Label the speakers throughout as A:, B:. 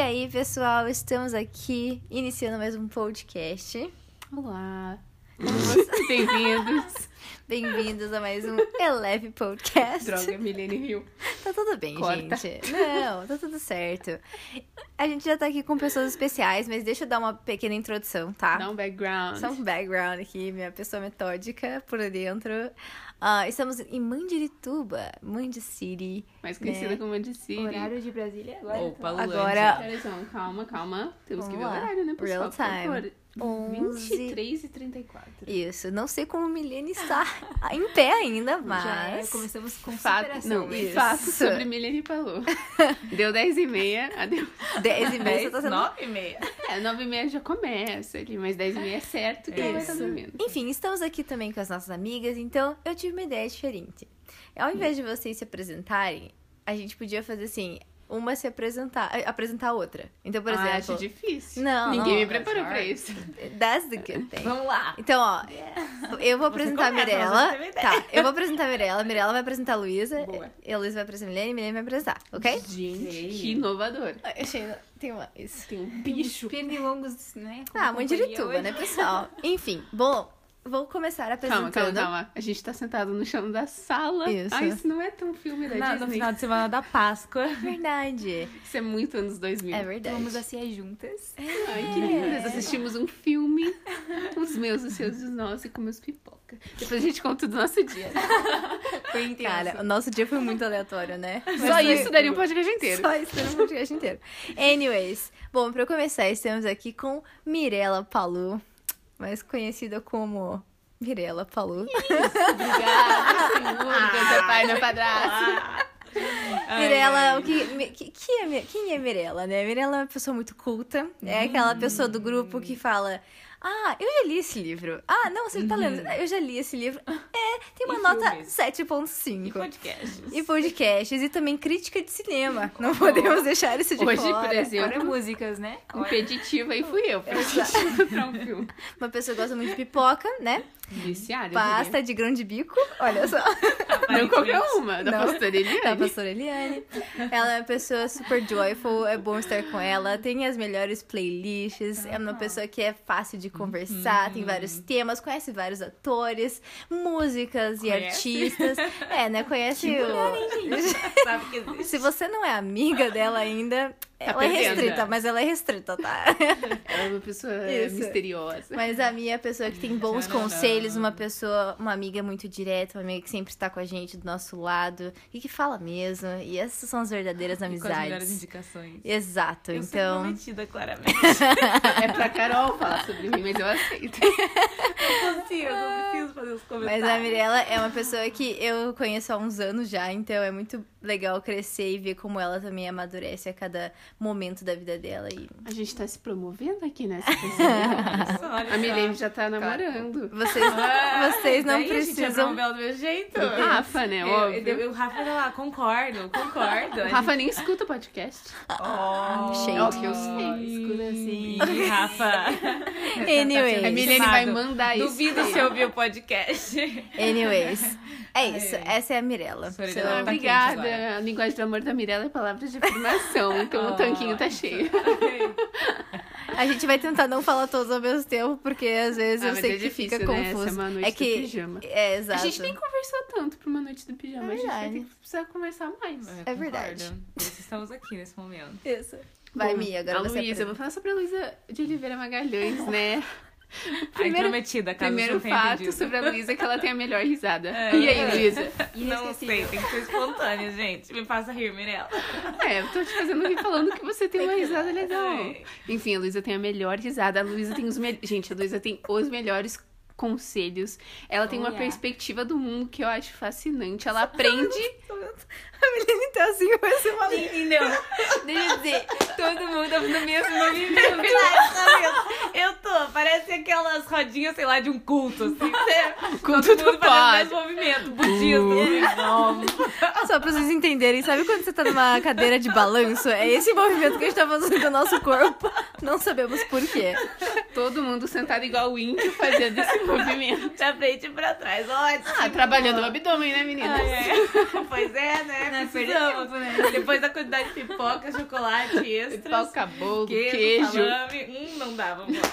A: aí, pessoal? Estamos aqui iniciando mais um podcast.
B: Olá. Bem-vindos.
A: Bem-vindos a mais um Eleve Podcast.
B: Droga, Milene Rio.
A: Tá tudo bem,
B: Corta.
A: gente. Não, tá tudo certo. A gente já tá aqui com pessoas especiais, mas deixa eu dar uma pequena introdução, tá?
B: Dá um background.
A: Só um background aqui, minha pessoa metódica por dentro. Ah, estamos em Mandirituba, Mandicity.
B: Mais conhecida
A: né?
B: como Mandicity.
C: Horário de Brasília agora?
D: Opa,
C: então?
D: Luane.
A: Agora-
B: Pera aí, então, calma, calma. Temos que ver o
A: Vamos lá.
B: horário, né,
A: Real
B: pessoal?
A: time.
B: Por favor.
A: 11.
B: 23 e 34.
A: Isso, não sei como o Milene está em pé ainda, mas...
C: Já é, começamos com
B: Fato,
C: superação.
B: não, e
A: isso.
B: fato sobre Milene Palou. Deu 10 e meia, adeus.
A: 10 e meia, você tá sendo
D: 9 e meia.
B: É, 9 e meia já começa ali, mas 10 e meia é certo que ela vai estar
A: Isso.
B: dormindo.
A: Enfim, estamos aqui também com as nossas amigas, então eu tive uma ideia diferente. Ao invés de vocês se apresentarem, a gente podia fazer assim, uma se apresentar, eh, apresentar a outra. Então, por
B: Ah,
A: exemplo,
B: acho difícil.
A: Não,
B: Ninguém
A: não,
B: me preparou
D: that's
B: pra
D: hard.
B: isso.
A: that's the good thing.
D: Vamos lá.
A: Então, ó, eu vou apresentar
D: começa,
A: a Mirella.
D: você teve ideia.
A: Tá, eu vou apresentar a Mirella, a Mirella vai apresentar a Luísa,
B: Boa.
A: e a Luísa vai apresentar a Milene, e a Milene vai apresentar, ok?
B: Gente,
D: Sei.
B: que inovador.
A: Eu achei, tem uma, isso.
B: Tem um bicho.
C: Pernilongos, né? como
A: Ah,
C: companhia
A: Mandirituba,
C: hoje.
A: né, pessoal? Enfim, bom, vou começar
B: Calma,
A: apresentando...
B: calma, calma. A gente tá sentado no chão da sala.
A: Isso.
B: Ah, isso não é tão filme da
D: Na- no
B: Disney.
D: final de semana da Páscoa.
A: Verdade,
B: Isso é muito anos 2000.
A: é verdade.
C: Vamos a Cia juntas.
B: Ai, que lindo. Nós assistimos um filme, os meus, os seus, os nossos, e comemos pipoca. Depois a gente conta do nosso dia.
C: Foi intenso.
A: Cara, o nosso dia foi muito aleatório, né?
B: Só isso daria um podcast inteiro.
A: Só isso no podcast inteiro. Anyways, bom, pra eu começar, estamos aqui com Mirella Palu, mais conhecida como Mirella Palu.
B: Obrigada, senhor, Deus é pai, meu padrasto.
A: Mirella, o que, mi- que, que é, Mi- quem é Mirella, né? Mirella é uma pessoa muito culta, é aquela pessoa do grupo que fala... Ah, eu já li esse livro. Ah, não, você tá
B: Uhum.
A: lendo. Ah, Eu já li esse livro. É, tem uma
D: E
A: nota
D: filmes.
A: 7.5.
D: E
B: Ah.
D: podcasts.
A: E podcasts e também crítica de cinema. Não podemos deixar isso de
B: Hoje,
A: fora.
B: por
C: Agora
B: exemplo,
C: músicas, né?
B: Um
C: Olha,
B: impeditiva, e fui eu. Impeditiva pra um filme.
A: Uma pessoa gosta muito de pipoca, né?
B: Viciada, eu
A: Pasta de grão de bico, olha só,
B: diria. Não qualquer uma, da né?
A: Não. Tá
B: pastora Eliane.
A: da pastora Eliane. Ela é uma pessoa super joyful, é bom estar com ela, tem as melhores playlists, é uma pessoa que é fácil de conversar, tem vários
B: Uhum.
A: temas, conhece vários atores, músicas e
D: Conhece?
A: artistas. É, né? Conhece o...
D: Sabe que existe.
A: Se você não é amiga dela ainda, ela é
B: Tá perdendo,
A: restrita,
B: né?
A: mas ela é restrita, tá?
B: Ela é uma pessoa
A: Isso.
B: misteriosa.
A: Mas a minha é a pessoa que
D: Hum,
A: tem bons
D: Tcharará.
A: conselhos, uma pessoa, uma amiga muito direta, uma amiga que sempre está com a gente do nosso lado e que fala mesmo. E essas são as verdadeiras
D: Com as melhores
A: amizades.
D: indicações.
A: Exato,
D: Eu sou
A: então.
D: prometida, claramente.
B: É pra Carol falar sobre mim, mas eu aceito.
D: Não consigo, eu
C: Ah.
D: não preciso fazer os
A: Mas
D: comentários.
A: a Mirella é uma pessoa que eu conheço há uns anos já, então é muito legal crescer e ver como ela também amadurece a cada momento da vida dela. E
B: A gente tá se promovendo aqui nessa pessoa.
D: Nossa, olha
B: A Milene
D: só.
B: já tá namorando.
A: vocês, vocês não
D: Daí a gente é
A: precisam.
D: Brombel do meu jeito.
C: Então,
B: O Rafa, né?
D: Eu-
B: Óbvio.
D: eu- O Rafa tá lá, concordo, concordo.
B: O Rafa nem escuta o podcast.
D: Oh,
A: Shade.
B: É o que eu
D: Escuta
B: sei. Escuta
D: assim.
B: assim.
D: Rafa.
C: Tá
A: Anyways.
C: É
B: A Milene vai mandar isso.
D: Duvido se ouvir o podcast.
A: Anyways. É isso, essa é a Mirella.
D: Solidariedade.
B: Ah,
A: So-
D: Tá quente
B: obrigada.
D: agora.
B: A linguagem do amor da Mirella é palavras de afirmação. Então o
D: Oh.
B: tanquinho tá cheio.
C: É
A: A gente vai tentar não falar todos ao mesmo tempo, porque às vezes
B: Ah,
A: eu
B: mas
A: sei
B: é
A: que
B: difícil,
A: fica
B: né? Essa
A: confuso.
B: é uma noite do
A: que
B: pijama.
A: É, exato.
B: A gente nem conversou tanto pra uma noite do pijama.
A: É
B: a gente vai ter
A: verdade.
B: que precisar conversar mais.
D: Eu
A: É verdade.
D: concordo. Por isso estamos aqui nesse momento.
A: Isso. Vai,
B: Bom,
A: Mia, agora
B: a
A: você
B: Luísa, eu vou
A: aprende.
B: falar sobre a Luísa de Oliveira Magalhães, né?
D: Primeiro, Ai,
B: Primeiro-
D: prometida, caso
B: Primeiro
D: não tenha
B: fato
D: entendido.
B: sobre a Luísa é que ela tem a melhor risada.
D: É.
B: E aí, Luísa?
D: Não sei, tem que ser espontânea, gente. Me faça rir, Mirella.
B: É, eu tô te fazendo rir falando que você tem uma risada legal.
E: É.
B: Enfim, a Luísa tem a melhor risada. A Luísa tem os melhores. Gente, a Luísa tem os melhores conselhos. Ela tem uma
C: Olha.
B: perspectiva do mundo que eu acho fascinante. Ela aprende.
A: A Milene tá assim, vai ser uma
D: Entendeu?
A: Deixa eu dizer.
D: Todo
C: tá
D: mundo no mesmo movimento. Eu tô, parece aquelas rodinhas, sei lá, de um culto, assim. né?
B: Culto
D: Todo
B: do
D: mundo fazendo
B: pode.
D: o mesmo movimento,
B: Uh.
D: assim. budismo.
A: Só pra vocês entenderem, sabe quando você tá numa cadeira de balanço? É esse movimento que a gente tá fazendo no nosso corpo. Não sabemos por quê.
B: Todo mundo sentado igual o índio fazendo esse movimento.
E: Pra frente e pra trás. Ótimo.
B: Ah, tá. trabalhando o abdômen, né, menina?
E: Pois é, né?
C: Não,
E: Precisamos.
C: perdeu tempo, né?
E: Depois da quantidade de pipoca, chocolate extra,
B: Pipoca, bolo,
E: Ah, queijo,
B: queijo.
E: salame. Hum, não dá, vamos lá.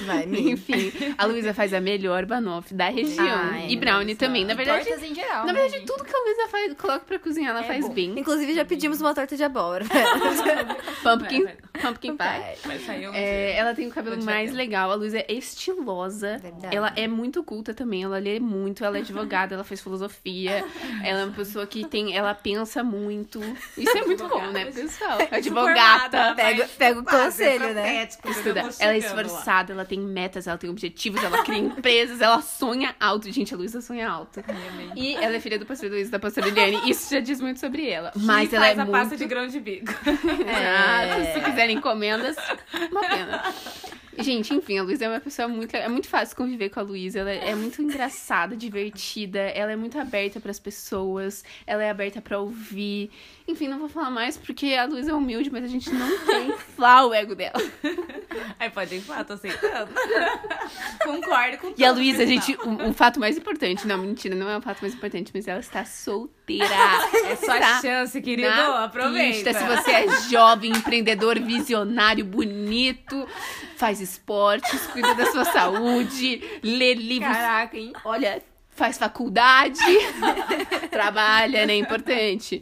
A: Vai, Nini.
B: Enfim, a Luísa faz a melhor banoffee da região.
A: Ai,
B: e brownie
A: Luísa.
B: também. Na verdade,
C: Tortas em geral.
B: na
C: né,
B: verdade
C: gente?
B: tudo que a Luísa faz, coloca pra cozinhar, ela
C: É
B: faz
C: bom.
B: bem.
A: Inclusive, já pedimos uma torta de abóbora.
B: Pumpkin,
E: Vai,
B: pumpkin pie.
E: Vai sair um
B: É, ela tem o cabelo
E: Onde
B: mais
E: vai ter?
B: legal, a Luísa é estilosa.
A: Verdade.
B: Ela é muito culta também, ela lê muito, ela é advogada, ela fez filosofia. Ela é uma pessoa que tem, ela pensa muito. Isso é muito bom, né, pessoal? Advogada.
E: formada.
A: Pega, pega o conselho, né?
E: profético,
B: Estuda.
E: é eu tô
B: Ela é
E: chegando lá.
B: esforçada, ela tem metas, ela tem objetivos, ela cria empresas, ela sonha alto. Gente, a Luísa sonha alto. E ela é filha do pastor Luiz e da pastora Eliane. Isso já diz muito sobre ela. Mas
E: e
B: ela é
E: faz a
B: muito...
E: pasta de grão de bico.
B: Exato.
A: É.
B: Ah, Se quiserem encomendas, uma pena. Gente, enfim, a Luísa é uma pessoa muito. É muito fácil conviver com a Luísa. Ela é muito engraçada, divertida. Ela é muito aberta pras pessoas. Ela é aberta pra ouvir. Enfim, não vou falar mais porque a Luísa é humilde, mas a gente não tem lá o ego dela.
E: Aí pode inflar, tô aceitando. Concordo com
B: E a
E: tudo,
B: Luísa,
E: pessoal.
B: gente, o, o fato mais importante. Não, mentira, não é o fato mais importante, mas ela está solteira.
E: É sua
B: Tá
E: chance, querido.
B: na
E: Aproveita.
B: pista. Se você é jovem, empreendedor, visionário, bonito, faz esportes, cuida da sua saúde, lê livros.
C: Caraca, hein?
B: Olha, faz faculdade, trabalha, né? Importante.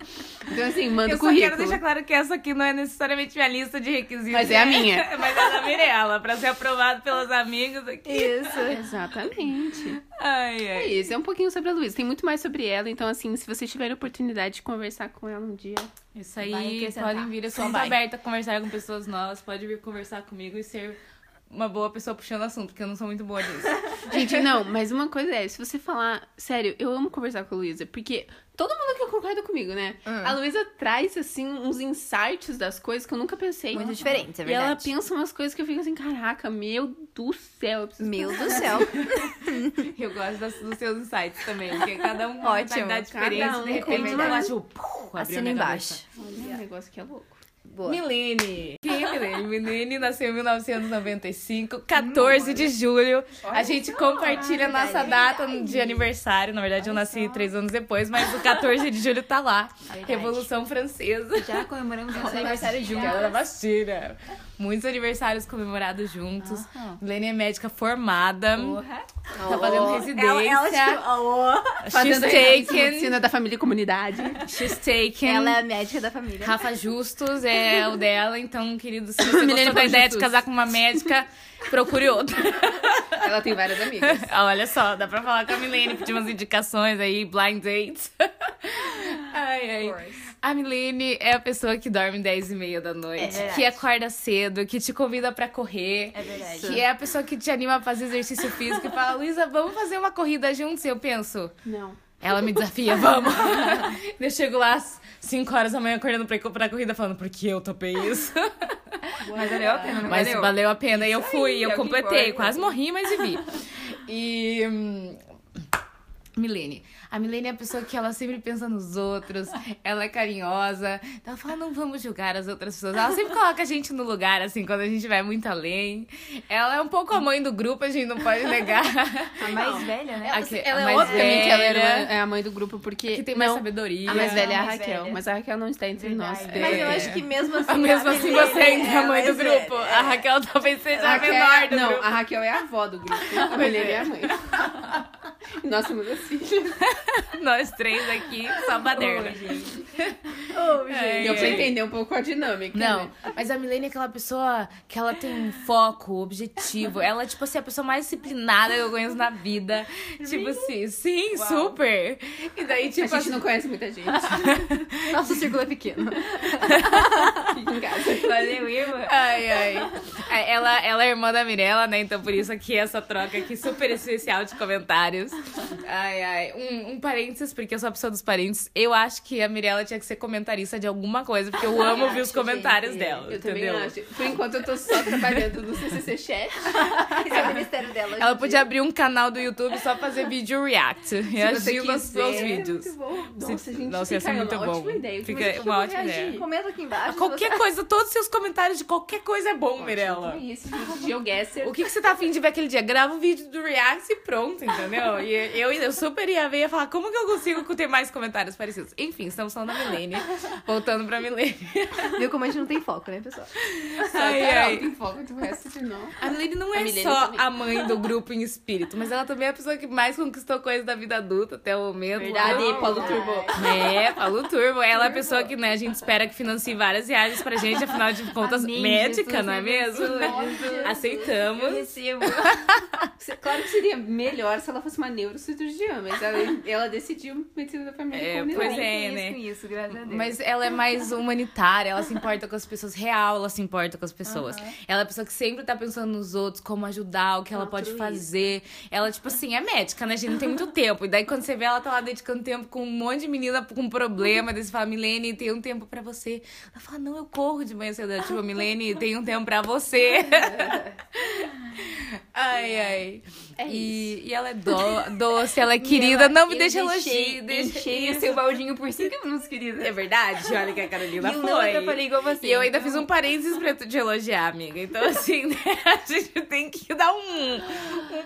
B: Então, assim, manda
E: Eu
B: o
E: só quero
B: currículo.
E: deixar claro que essa aqui não é necessariamente minha lista de requisitos.
B: Mas é a minha.
E: Mas é da Mirella, pra ser aprovado pelos amigos aqui.
A: Isso.
B: Exatamente.
E: Ai, ai.
B: É isso, é um pouquinho sobre a Luísa. Tem muito mais sobre ela, então, assim, se vocês tiverem oportunidade de conversar com ela um dia.
E: Isso
C: Vai
E: aí,
C: acrescentar.
E: podem vir. Eu sou
A: Sim,
E: muito
A: vai.
E: aberta a conversar com pessoas novas. Pode vir conversar comigo e ser uma boa pessoa puxando assunto, porque eu não sou muito boa nisso.
B: Gente, não, mas uma coisa é, se você falar, sério, eu amo conversar com a Luísa, porque todo mundo que concorda comigo, né?
A: Hum.
B: A Luísa traz, assim, uns insights das coisas que eu nunca pensei.
A: Muito diferente, é
B: E ela
A: verdade.
B: pensa umas coisas que eu fico assim, caraca, meu do céu, eu preciso
A: Meu
B: pensar
A: do céu.
E: Eu gosto das- dos seus insights também, porque cada um com uma
A: Ótimo,
E: mentalidade
B: cada
E: diferente.
B: um
E: de
B: com
E: repente,
B: uma.
E: eu acho... Puf, abriu
A: Assina
E: minha
A: embaixo.
B: nisso." É um negócio que é louco.
A: Boa.
E: Milene. Quem é Milene? Milene nasceu em 1995, 14 de julho. A gente compartilha a nossa data de aniversário. Na verdade, eu nasci três anos depois, mas o 14 de julho tá lá. Revolução Francesa.
C: Já comemoramos nosso
E: Aniversário
C: aniversário juntos.
E: junto. da Bastilha. Muitos aniversários comemorados juntos. Milene é médica formada.
C: Porra.
E: Tá fazendo residência.
A: Ela, ela, tipo, ó,
E: she's
B: Fazendo a
E: taken.
B: medicina da família e comunidade.
E: She's taken.
A: ela é a médica da família.
E: Rafa Justus é o dela, então, querido, se você
B: Milene
E: gostou da
B: vai
E: ideia de
B: Justus.
E: casar com uma médica, procure outra.
B: Ela tem várias amigas.
E: Ah, Olha só, dá pra falar com a Milene, pedir umas indicações aí, blind dates. Ai, ai. A Milene é a pessoa que dorme 10 e meia da noite,
A: verdade.
E: que acorda cedo, que te convida pra correr.
C: É verdade.
E: Que é a pessoa que te anima a fazer exercício físico e fala, Luísa, vamos fazer uma corrida juntos? E eu penso,
B: Não.
E: ela me desafia, vamos. eu chego lá às 5 horas da manhã acordando pra ir pra corrida, falando, por que eu topei isso?
C: Mas valeu a pena, não
E: Mas
C: valeu?
E: valeu a pena. E eu fui,
C: aí,
E: eu
C: é o que
E: completei.
C: importa.
E: Quase morri, mas vivi. E. hum, Milene. A Milene é a pessoa que ela sempre pensa nos outros, ela é carinhosa. Então ela fala, não vamos julgar as outras pessoas. Ela sempre coloca a gente no lugar, assim, quando a gente vai muito além. Ela é um pouco a mãe do grupo, a gente não pode negar.
C: A mais velha, né?
E: A que-
B: Ela
E: a
B: é
E: mais
B: outra também que ela é,
E: velha,
B: irmã- é a mãe do grupo, porque...
E: Que tem mais
B: não,
E: sabedoria.
B: A mais velha é a
C: A mais
B: Raquel,
C: velha.
B: mas a Raquel não está entre
C: Verdade.
B: nós.
A: Mas eu
E: É.
A: acho que mesmo assim.
E: Mesmo
A: a
E: assim,
A: Milene
E: você ainda é a mãe do
A: mais velha.
E: grupo. A Raquel talvez seja a
B: Raquel é-
E: menor do
B: não,
E: grupo.
B: a Raquel é a avó do grupo. A Milene é a mãe. Nós somos as filhas.
E: Nós três aqui, só baderna.
A: Oh, gente.
E: É,
B: Deu pra
E: é.
B: entender um pouco a dinâmica.
E: Não,
B: né?
E: mas a Milene é aquela pessoa que ela tem um foco, objetivo. Ela é, tipo assim, a pessoa mais disciplinada que eu conheço na vida. Tipo assim, sim, super. E daí, tipo
B: a gente
E: assim,
B: não conhece muita gente.
A: Nosso círculo é pequeno.
B: Fica em casa.
C: Valeu, Irma.
E: Ai, ai. É, Ela, ela é irmã da Mirella, né? Então por isso aqui essa troca aqui super especial de comentários. Ai, ai. Um, um parênteses, porque eu sou a pessoa dos parênteses. Eu acho que a Mirella tinha que ser comentarista de alguma coisa, porque eu amo ouvir os comentários dela.
B: Eu também
E: entendeu?
B: acho. Por enquanto, eu tô só trabalhando no CCC Chat.
A: Esse é o ministério dela. hoje
E: Ela
A: em
E: podia abrir um canal do YouTube só fazer vídeo react, reagindo aos seus vídeos.
B: Muito bom.
E: Se-
B: Nossa, gente,
E: Nossa, ia ser
B: fica- é
E: muito
B: uma
E: bom.
B: Ótima ideia.
E: Fica
B: Como é que eu
E: uma
B: vou
E: ótima
B: reagir?
E: ideia.
A: dia. Comenta aqui embaixo.
E: Qualquer coisa, todos os seus comentários de qualquer coisa é bom,
B: Então
E: Mirella.
B: é isso, gente. GeoGuessr.
E: O que, que você tá afim de ver aquele dia? Grava um vídeo do React e pronto, entendeu? E eu, eu super ia ver e ia falar, como que eu consigo ter mais comentários parecidos? Enfim, estamos falando da Milene. Voltando pra Milene.
A: você- Viu como a gente não tem foco, né, pessoal?
E: Ai,
B: Carol,
E: ai.
B: tem foco do resto de nós.
E: A Milene não é
B: A Milene
E: só
B: também.
E: a mãe do grupo em espírito, mas ela também é a pessoa que mais conquistou coisas da vida adulta até o momento.
B: Verdade,
E: Ela-
B: Paulo Turbo.
E: É, Paulo Turbo. Ela é a pessoa que né, a gente espera que financie várias viagens pra gente, afinal de contas,
C: Amém,
E: médica,
C: Jesus,
E: não é
C: me
E: mesmo?
C: Eu
E: Aceitamos.
C: recebo.
B: Se- Claro que seria melhor se ela fosse uma neurocirurgiã, mas ela, ela decidiu medicina da família
E: É,
B: como
E: pois
B: neném.
E: é.
C: Feliz
E: né?
C: com isso, graças a Deus.
E: Mas ela é mais humanitária, ela se importa com as pessoas real, ela se importa com as pessoas. Ela é a pessoa que sempre tá pensando nos outros, como ajudar, o que ela pode fazer. Ela, tipo assim, é médica, né? A gente não tem muito tempo. E daí quando você vê, ela tá lá dedicando tempo com um monte de menina com problema. Daí você fala, Milene, tem um tempo pra você. Ela fala, não, eu corro de manhã cedo. Eu, Tipo, Milene, tem um tempo pra você. ai, ai.
B: É
E: e, e ela é do- doce, ela é querida. não me
C: Eu
E: deixa
C: deixei-
E: elogio. Deixa...
C: Enchei o seu baldinho por 5 minutos, querida.
E: É verdade, olha que a Carolina
C: E eu
E: foi.
C: não atrapalhei igual você.
E: E eu ainda fiz um parênteses pra tu te elogiar, amiga. Então, assim, né, a gente tem que dar um, um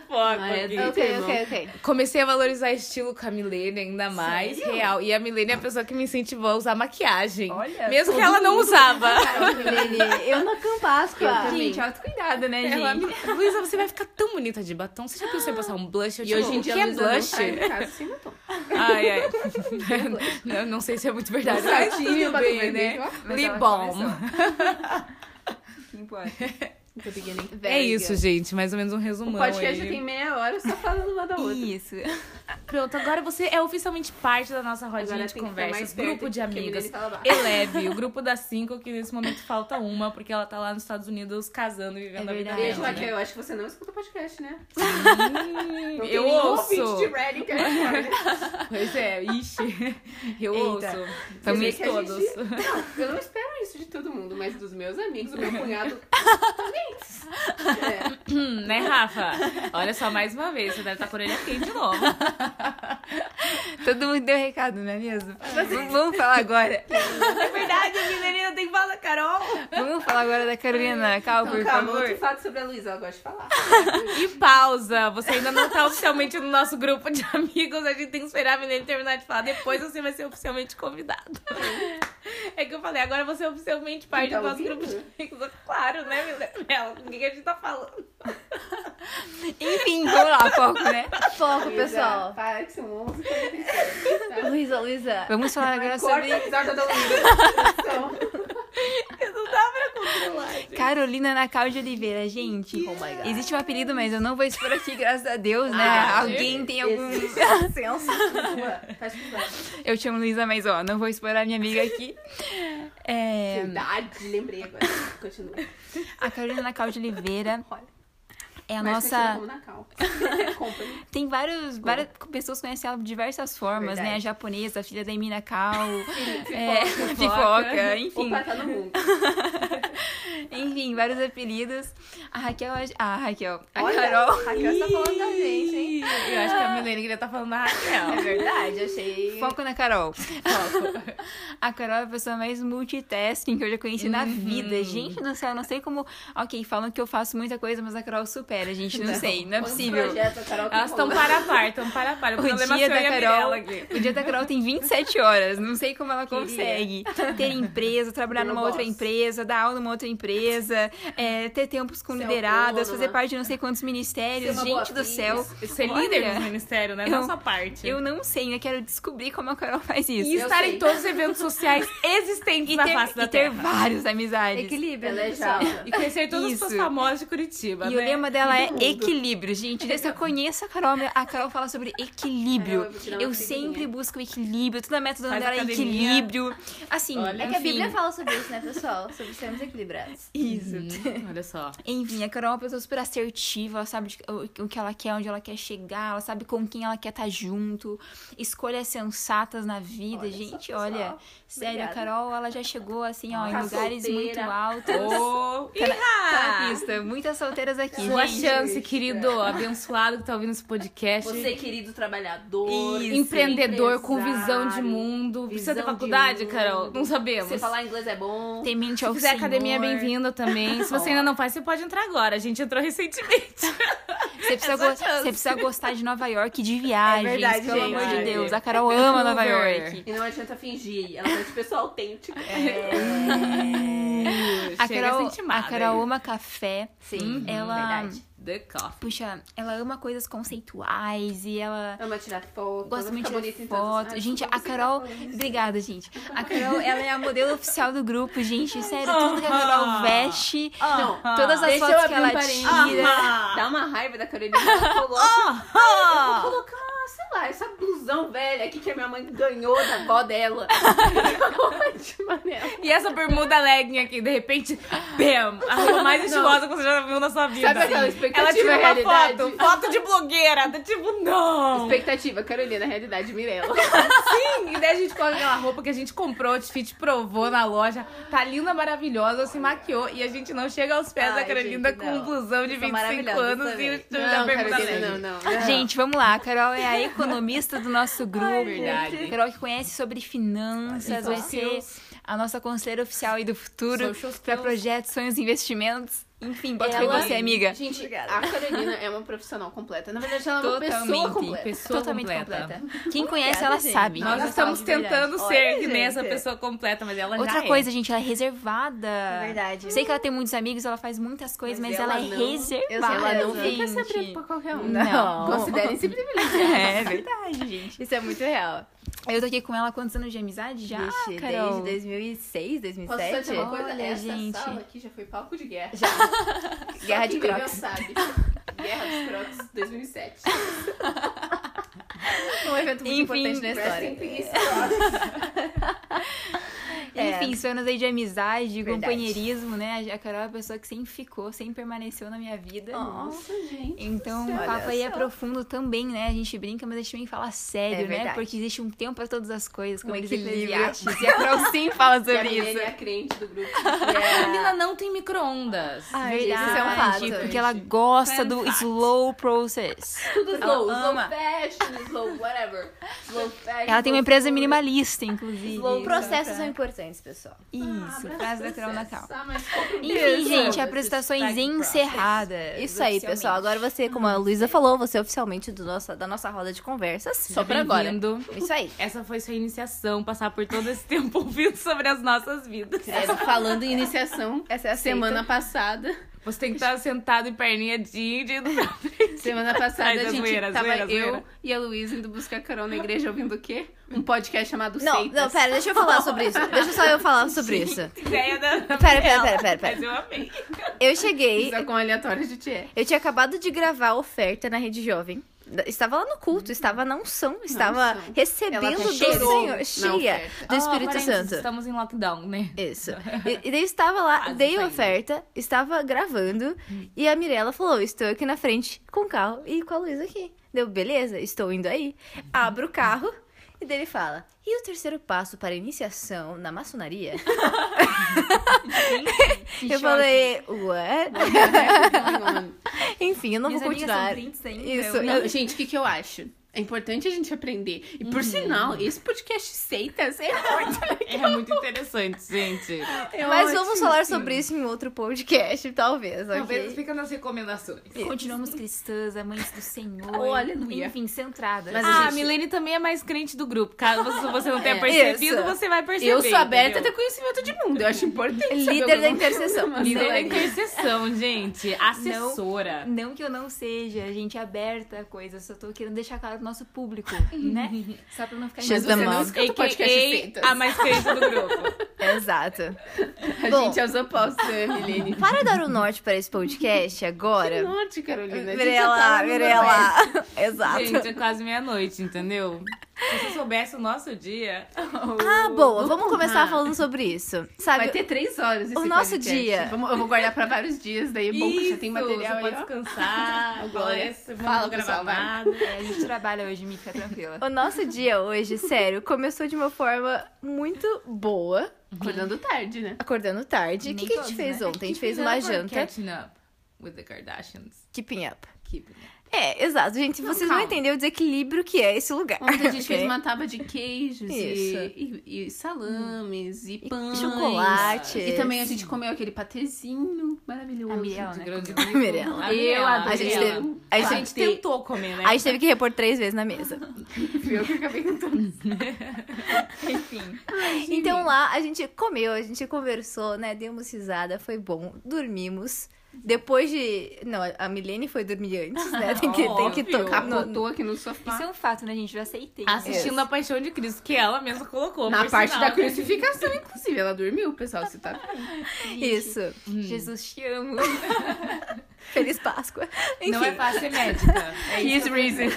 E: foco
B: Ah, é
E: aqui.
B: doido.
A: Ok, ok, ok.
E: Comecei a valorizar estilo com a Milene ainda mais, real. E a Milene é a pessoa que me incentivou a usar maquiagem.
C: Olha,
E: mesmo que ela não usava.
A: Ai, Milene, Tá eu na Campáscoa.
B: Eu também.
C: Gente, autocuidado, né,
E: Ela,
C: gente?
E: Luísa, você vai ficar tão bonita de batom. Você já pensou em passar um blush? Eu
B: E
E: digo,
B: hoje em
E: o
B: dia
E: que
B: a
E: é
B: Luísa não
E: blush?
B: sai né? de casa sem batom.
E: Ai, ai. não, não sei se é muito verdade. Mas tudo
B: batom
E: bem,
B: vermelho,
E: né?
B: ó.
C: Mas
E: Lip
C: ela
E: balm.
C: começou. Que importa.
B: The beginning.
E: É isso, gente. Mais ou menos um resumão.
B: O podcast já
E: aí.
B: tem meia hora só falando uma da outra.
C: Isso.
E: Pronto, agora você é oficialmente parte da nossa rodinha
B: Agora
E: de
B: tem que ficar mais
E: conversas,
B: perto,
E: grupo
B: porque
E: de
B: a tá
E: amigas.
B: Milene fala baixo.
E: Eleve, o grupo das cinco, que nesse momento falta uma, porque ela tá lá nos Estados Unidos casando e vivendo
A: É
E: a vida
A: verdade.
B: Beijo,
E: dela.
B: Raquel. Eu acho que você não escuta podcast, né?
E: Hum,
B: Não tem
E: eu
B: nenhum
E: ouço.
B: ouvinte de Reddit que olha.
E: Pois é, ixi. Eu
C: Eita.
E: ouço.
B: vê
E: Família
B: que a gente-
E: todos.
B: Eu não espero isso de todo mundo, mas dos meus amigos, do meu cunhado. Também. É.
E: Hum, né, Rafa? Olha só, mais uma vez, você deve tá estar com a orelha quente de novo.
C: Todo mundo deu recado, não é mesmo? V- Vamos falar agora.
E: É verdade, a Milena tem fala, Carol.
C: Vamos falar agora da Carolina Cal, por
B: Então, calma,
C: favor.
B: outro fato sobre a Luísa, ela gosta de falar.
E: E pausa, você ainda não tá oficialmente no nosso grupo de amigos, a gente tem que esperar a Milene terminar de falar, depois você vai ser oficialmente convidado. É que eu falei, agora você é oficialmente parte
B: tá
E: do nosso
B: ouvindo?
E: grupo de amigos. Claro, né, Milena? Com o que a gente tá falando?
C: Enfim, vamos lá, foco, né?
A: Foco,
B: Luísa,
A: pessoal.
B: Para que são 11
A: Luísa, Luísa.
C: Vamos falar agora
B: Corta tá o
C: sobre
B: episódio da Luísa.
E: Eu não dá pra controlar. gente.
C: Carolina Nacal de Oliveira, gente.
A: Oh my God.
C: Existe um apelido, mas eu não vou expor aqui, graças a Deus, né?
B: Ah,
C: Alguém tem algum.
A: senso.
B: Só. Faz publicidade.
C: Eu chamo Luísa, mas ó, não vou expor a minha amiga aqui. É,
B: Verdade, lembrei agora. Continua.
C: a Carolina Nacal de Oliveira
B: Olha.
C: é a
B: Mas continua
C: nossa.
B: como na cal. Company.
C: Tem vários, várias pessoas conhecem ela de diversas formas, né? A
B: Verdade.
C: japonesa, a filha da Emina Cal, é,
B: Pipoca.
C: pipoca, enfim.
B: Opa, tá no mundo.
C: Enfim, vários apelidos. A Raquel. A Raquel. A
B: Olha,
C: Carol.
B: A Raquel tá falando da gente, hein?
E: Ih, Eu acho que a Milene queria tá falando da
A: É
E: Raquel.
B: Verdade, achei.
C: Foco na Carol. A Carol é a pessoa mais multitasking que eu já conheci na vida. Gente do céu, eu não sei como. Ok, falam que eu faço muita coisa, mas a Carol supera, gente. Não, sei,
B: um
C: não é possível.
E: Elas estão para a par, estão para a par. O,
C: O
E: problema
C: dia,
E: sou
C: da
E: eu e a
C: Carol,
E: Mirella aqui.
C: o dia da Carol tem 27 horas. Não sei como ela consegue ter empresa, trabalhar
B: Meu
C: numa outra
B: boss.
C: empresa, dar aula numa outra empresa, é, ter tempos com
B: Ser
C: lideradas,
B: autônoma.
C: fazer parte de não sei quantos ministérios.
B: Ser uma boa
C: Gente do
B: atriz.
C: céu.
E: Ser
C: Olha,
E: líder do ministério, né?
C: eu-
E: Nossa parte.
C: Eu não sei, ainda quero descobrir como a Carol faz isso.
E: e
B: Eu
E: estar
B: sei.
E: em todos os eventos sociais existentes
C: E
E: tá na
C: ter,
E: face da
C: e ter
E: Terra.
C: várias amizades.
A: Equilíbrio, né,
B: Ela é
A: pessoal.
B: java.
E: E conhecer todas as pessoas
C: Isso.
E: famosas de Curitiba,
C: E
E: né?
C: o lema dela é equilíbrio, gente. Desde que eu conheço a Carol, a Carol fala sobre equilíbrio.
B: Carol, eu vou tirar uma
C: Eu
B: figurinha.
C: sempre busco equilíbrio. Toda a método
E: Faz
C: dela é
E: academia.
C: equilíbrio. Assim,
E: Olha.
A: É que a
C: enfim.
A: Bíblia fala sobre isso, né, pessoal? Sobre sermos equilibrados.
C: Isso.
E: Hum, olha só.
C: Enfim, a Carol é uma pessoa super assertiva, ela sabe de- o, o que ela quer, onde ela quer chegar, ela sabe com quem ela quer estar junto, escolhas sensatas na vida,
A: Olha só,
C: gente,
A: pessoal.
C: olha. Sério, a
A: Obrigada.
C: Carol, ela já chegou assim, ó, em
B: Tá
C: lugares
B: solteira.
C: muito altos.
E: Ô,
C: Tá na- tá na
E: Ihá!
C: pista, muitas solteiras aqui,
E: Boa
C: gente.
E: chance, querido. Abençoado que tá ouvindo esse podcast.
B: Você, querido trabalhador.
C: Isso.
E: Empreendedor com visão
B: empresário,
E: de mundo. Precisa ter
B: visão de
E: faculdade,
B: mundo.
E: Carol? Não sabemos.
B: Você falar inglês é bom.
C: Temente
E: Se
C: ao
E: quiser
C: Senhor.
E: academia, bem-vinda também. Se você ainda não faz, você pode entrar agora. A gente entrou recentemente.
C: Você precisa,
E: Essa
C: go-
E: É chance.
C: você precisa gostar de Nova York e de viagens,
A: É verdade,
C: pelo
A: gente.
C: amor de Deus. A
E: É.
C: Carol ama Nova
E: Vancouver.
C: York.
B: E não adianta fingir. Ela é de pessoa autêntica.
C: É. A
E: Chega
C: Carol,
E: essa intimada
C: a Carol
E: aí.
C: ama café. Uhum.
A: Sim, é
C: Ela-
A: verdade.
E: The coffee.
C: Puxa, ela ama coisas conceituais e ela
B: Ama tirar foto.
C: gosta
B: ama
C: muito
B: ficar
C: de
B: bonita
C: tirar
B: em todos os-
C: foto.
B: Ai,
C: gente,
B: desculpa,
C: a
B: você tá
C: Carol.
B: falando isso.
C: Obrigada, gente. A Carol, ela é a modelo oficial do grupo, gente. Sério, tudo que a Carol
E: Aham.
C: veste,
B: Não.
C: todas as
E: Deixa eu
C: fotos que
E: abrir um
C: ela
E: parênteses.
C: tira.
E: tá.
B: Dá uma raiva da Carolina. Ela assim, coloca,
E: Ah!
B: coloca, sei lá, essa blusão velha aqui que a minha mãe ganhou da avó dela. de maneira.
E: E essa bermuda legging aqui, de repente, bam! A roupa mais estilosa que você já viu na sua vida.
B: Sabe aquela expectativa
E: Ela tira uma
B: realidade?
E: foto, foto de blogueira. Tá tipo, não!
B: Expectativa, Carolina, realidade, Mirella.
E: Sim! E daí a gente coloca aquela roupa que a gente comprou, o fit provou na loja. Tá linda, maravilhosa, se maquiou. E a gente não chega aos pés
A: Ai,
E: da Carolina
A: gente,
E: com
A: não.
E: um blusão
A: Vocês são
E: de 25
A: maravilhosas
E: anos
A: também.
E: e o tio da
B: Não,
E: bermuda
B: Carolina, não,
E: legging.
B: não. não.
C: Gente, vamos lá. A Carol é a economista do nosso grupo.
E: verdade.
C: Carol que conhece sobre finanças, vai
E: só.
C: ser a nossa conselheira oficial aí do futuro
E: Social
C: para
E: skills.
C: projetos, sonhos e investimentos. Enfim, bota pra
B: Ela- é
C: você, amiga.
B: Gente,
A: Obrigada.
B: a Carolina é uma profissional completa. Na verdade, ela é uma pessoa
C: Totalmente.
B: completa.
E: Pessoa
C: Totalmente
E: completa.
C: Quem conhece,
A: Obrigada,
C: ela
A: gente.
C: sabe.
E: Nós
A: Olha
E: estamos
A: só, de verdade.
E: tentando
A: Olha,
E: ser que nem essa
A: gente.
E: pessoa completa, mas ela já
C: Outra
E: é.
C: coisa, gente, ela é
A: Ah.
B: É
C: reservada.
A: É Verdade.
C: Sei que ela tem muitos amigos, ela faz muitas coisas, mas,
A: Mas
C: ela,
A: ela
C: é
A: não- Eu sei,
C: reservada.
B: Ela não
A: Gente.
B: fica se abrindo pra qualquer um.
C: Não.
B: Considerem-se privilegiados.
C: É verdade, gente.
A: Isso é muito real.
C: Eu tô aqui com ela há quantos anos de amizade já?
A: Vixe,
C: Carol?
A: desde 2006,
B: Posso só
A: 2007?
B: dizer uma coisa?
C: Olha,
B: Essa
C: gente.
B: sala aqui já foi palco de guerra.
A: Já.
B: Só
A: Guerra de
B: quem viveu
A: Crocs.
B: sabe. Guerra dos Crocs 2007.
A: Um evento muito
C: Enfim, é assim,
A: importante na
B: Rest in
A: história.
B: peace, Crocs.
A: É.
C: Enfim, são anos aí de amizade, de
A: Verdade.
C: companheirismo, né? A Carol é a pessoa que sempre ficou, sempre permaneceu na minha vida.
B: Nossa, gente.
C: Então,
A: Olha
C: o papo aí é
A: só.
C: profundo também, né? A gente brinca, mas a gente também fala sério,
A: É
C: né?
A: verdade.
C: Porque existe um tempo pra todas as coisas, como
A: Um
C: eles
A: equilíbrio.
C: eclesiastes. E a Carol sempre fala
B: E a
C: sobre
B: Milene
C: isso.
B: é a crente do grupo. é
E: A menina não tem micro-ondas.
A: Ai, gente,
C: Verdade,
A: isso é um fato. É um
C: porque ela gosta do slow process.
B: Tudo slow.
C: Ela
B: Slow
C: ama.
B: fashion, slow whatever. Slow
A: É
B: fashion.
C: Ela tem uma
B: slow
C: empresa
B: food.
C: minimalista, inclusive.
B: Slow
A: Processos são importantes, pessoal.
C: Isso,
B: Ah,
C: frase da
B: processo.
C: Carol Natal.
B: Ah, mas compra-
C: Enfim,
A: Isso.
C: gente, apresentações
E: Hashtag
C: encerradas.
A: Isso aí, pessoal.
C: oficialmente.
A: Agora você, como a Luísa falou, você é oficialmente do nossa, da nossa roda de conversas. Só pra agora. É
E: Bem-vindo.
A: Isso aí.
E: Essa foi sua iniciação, passar por todo esse tempo ouvindo sobre as nossas vidas.
B: É, falando em iniciação,
A: Essa é a
B: semana passada.
E: Você tem que estar sentado em perninha de de-
B: Semana passada
E: Ai,
B: a
E: da
B: gente
E: zoeira,
B: tava
E: zoeira,
B: eu
E: zoeira.
B: e a Luísa indo buscar carona na igreja ouvindo o quê? Um podcast chamado
A: Não,
B: Seitas.
A: não, pera, deixa eu falar sobre isso. Deixa só eu falar sobre isso.
E: ideia da. da
A: Pera, pera,
E: Mirella.
A: pera, pera, pera.
E: Mas eu amei.
A: Eu cheguei,
B: Só é com aleatório de Tchê.
A: eu tinha acabado de gravar a oferta na Rede Jovem. Estava lá no culto, estava na unção, estava
B: unção. Ela
A: recebendo do
B: cheirou
A: Senhor,
B: na
A: cheia
B: oferta.
A: do
E: Ó,
A: Espírito
E: parênteses,
A: Santo.
E: Estamos em lockdown, né?
A: Isso. E, e daí eu estava lá,
E: Quase
A: dei a
E: saindo.
A: oferta, estava gravando, e a Mirella falou: estou aqui na frente com o carro e com a Luísa aqui. Deu, beleza, estou indo aí. Abro o carro. E daí ele fala, e o terceiro passo para a iniciação na maçonaria? eu falei, what? Enfim, eu não
C: Minhas
A: vou
C: amigas são
A: continuar.
C: crentes ainda,
A: Isso.
C: eu
B: Não, é? gente, o que, que eu acho? É importante a gente aprender. E por sinal, esse podcast Seitas é muito
E: É muito interessante, gente.
B: é
A: Mas vamos
B: ótimo.
A: falar sobre isso em outro podcast, talvez, ok?
E: Talvez fica nas recomendações.
C: Continuamos cristãs, amantes do Senhor.
B: Oh, aleluia.
C: Enfim, centradas.
A: Mas
E: ah,
A: gente-
E: a Milene também é mais crente do grupo. Caso você- você não tenha
A: É,
E: percebido,
A: isso.
E: você vai perceber.
B: Eu É sou aberta a
E: entendeu?
B: ter conhecimento de mundo. Eu acho importante. saber
A: Líder da
B: alguma
A: intercessão.
B: coisa, mas
E: Líder
B: não
E: da
B: é.
E: intercessão, gente. Assessora.
C: Não que eu não seja, gente, aberta a coisa. Só tô querendo deixar claro para o nosso público, né? Só para não ficar
A: X da
C: em
A: mão.
C: dúvida.
B: escuta o podcast
C: AKA,
B: feitas.
C: A mais feita do grupo.
A: Exato.
B: A
A: Bom.
B: gente é os opostos, né, Milene?
A: Para dar o norte para esse podcast agora.
B: Norte, Carolina. tá
A: Mirela, Mirela. Exato.
E: Gente, é quase meia-noite, entendeu? Se você soubesse o nosso dia.
A: Ah, boa. Vamos começar falando sobre isso. Sabe?
B: Vai ter três horas esse
A: O nosso
B: podcast.
A: dia.
B: Vamos- eu vou guardar pra vários dias, daí é bom que já tem material
E: você
B: aí,
E: pode
B: ó.
E: descansar.
B: Agora.
E: Agora
B: Fala,
E: essa semana não
B: pessoal,
E: gravar
B: vai.
E: nada.
C: É, a gente trabalha hoje, Mi, fica tranquila.
A: O nosso dia hoje, sério, começou de uma forma muito boa,
B: Acordando tarde, né?
A: acordando tarde. O que,
C: Nem
A: que a gente
C: todos,
A: fez
C: né?
A: ontem? A gente fez uma janta.
E: Catching up with the Kardashians.
A: Keeping up.
E: Keep
A: É, exato, gente. vocês
B: calma.
A: não entenderam o desequilíbrio que é esse lugar.
B: Ontem a gente
A: ok?
B: fez uma tábua de queijos
A: Isso.
B: e, e- e salames e pães.
A: chocolate.
B: E também a gente comeu aquele patezinho maravilhoso.
C: A Mirella, né?
E: grande
C: comeu.
A: Mirella.
B: Eu adorei.
A: A gente teve- a gente teve-
E: tentou comer, né?
A: A gente teve que repor três vezes na mesa.
B: Fui eu um que acabei com tudo.
C: Enfim.
A: Então lá a gente comeu, a gente conversou, né? Demos risada, foi bom, dormimos. Depois de. Não, a Milene foi dormir antes, né? Tem que, tem que
E: Óbvio.
A: tocar. no-
B: Capotou aqui no
C: Isso
B: sofá.
C: é um fato, né, gente? Eu aceitei.
E: Assistindo a Paixão de Cristo, que ela mesma colocou.
B: Na
E: por
B: parte
E: sinal.
B: da crucificação, inclusive. Ela dormiu, pessoal. Você tá...
A: Isso.
C: Jesus, te amo.
A: Feliz Páscoa. Enfim,
E: Não é fácil ser médica. É
B: His
E: isso.
B: reason.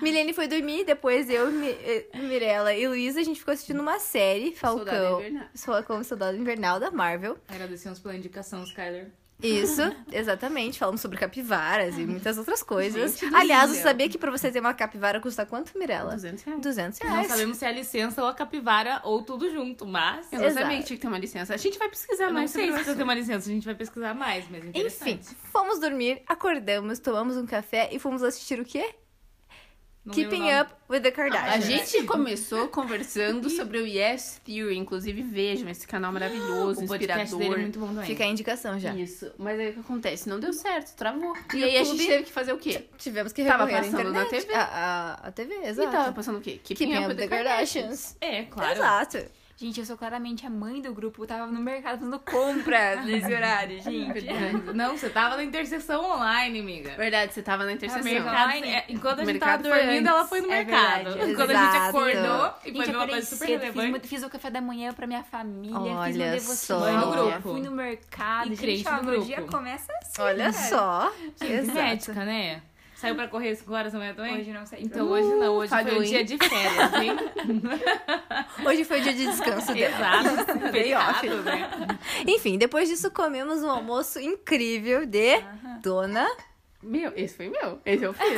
A: Milene foi dormir, depois eu, Mi- eh, Mirella e Luísa, a gente ficou assistindo uma série,
B: Soldado
A: Falcão.
B: Invernal.
A: Falcão Soldado Invernal da Marvel.
E: Agradecemos pela indicação, Skyler.
A: Isso, exatamente. Falamos sobre capivaras e muitas outras coisas.
B: Gente do
A: Aliás, você
B: céu.
A: sabia que pra você ter uma capivara custa quanto, Mirella?
B: 200 reais.
A: 200
E: Não
A: reais.
E: sabemos se é licença ou a capivara ou tudo junto, mas.
B: Eu não
A: Exato.
B: sabia que tinha que ter uma licença. A gente vai pesquisar
E: Eu não
B: mais
E: sei se
B: sobre
E: precisa
B: isso.
E: ter uma licença, a gente vai pesquisar mais, mas
A: Enfim,
E: é interessante.
A: fomos dormir, acordamos, tomamos um café e fomos assistir o quê?
E: Não lembro o
A: Keeping
E: nome.
A: Up with the Kardashians.
B: A gente começou conversando sobre o Yes Theory. Inclusive, vejam esse canal maravilhoso,
E: O podcast dele é
B: inspirador.
E: muito bom também.
A: Fica a indicação já.
B: Isso. Mas aí o que acontece? Não deu certo, travou. E
A: E
B: aí a
A: YouTube- Tipo,
B: gente teve que fazer o quê?
A: Tivemos que
B: Tava
A: recorrer à
B: passando
A: internet.
B: na TV?
A: A, a- a TV,
B: E tava
A: exato.
B: passando o quê?
A: Keeping Up with the Kardashians.
E: É, claro.
A: Exato.
C: Gente, eu sou claramente a mãe do grupo. Eu tava no mercado fazendo compras nesse horário, gente.
E: Não, você tava na interseção online, amiga.
B: Verdade, você tava na
E: Interseção
B: interseção. Ah,
E: online, é, enquanto a gente
B: Mercado
E: tava
B: foi
E: dormindo,
B: antes.
E: ela foi no
A: É
E: mercado.
A: verdade,
E: Quando a gente
A: exato.
E: acordou e
C: Gente,
E: foi ver
C: eu
E: uma
C: acordei
E: coisa super
C: cedo, fiz, muito-
E: relevante.
C: fiz o café da manhã pra minha família, fiz
A: Olha
C: um
A: só.
C: devocional,
A: Mãe do
E: grupo.
C: fui no mercado.
E: E crente
C: gente, ó,
E: do
C: meu
E: grupo.
C: dia começa assim,
A: Olha
C: né?
A: só. Exato.
E: Médica, né? Saiu pra correr 5 horas da manhã também?
C: Hoje não sei.
E: Então hoje não, hoje
B: Uh, falhou,
E: foi um
B: hein?
E: dia de férias, hein?
A: Hoje foi o dia de descanso dela.
E: Exato.
A: Day off.
E: Pecado, né?
A: Enfim, depois disso comemos um almoço incrível de Dona.
B: Meu, esse foi meu. Esse eu fiz.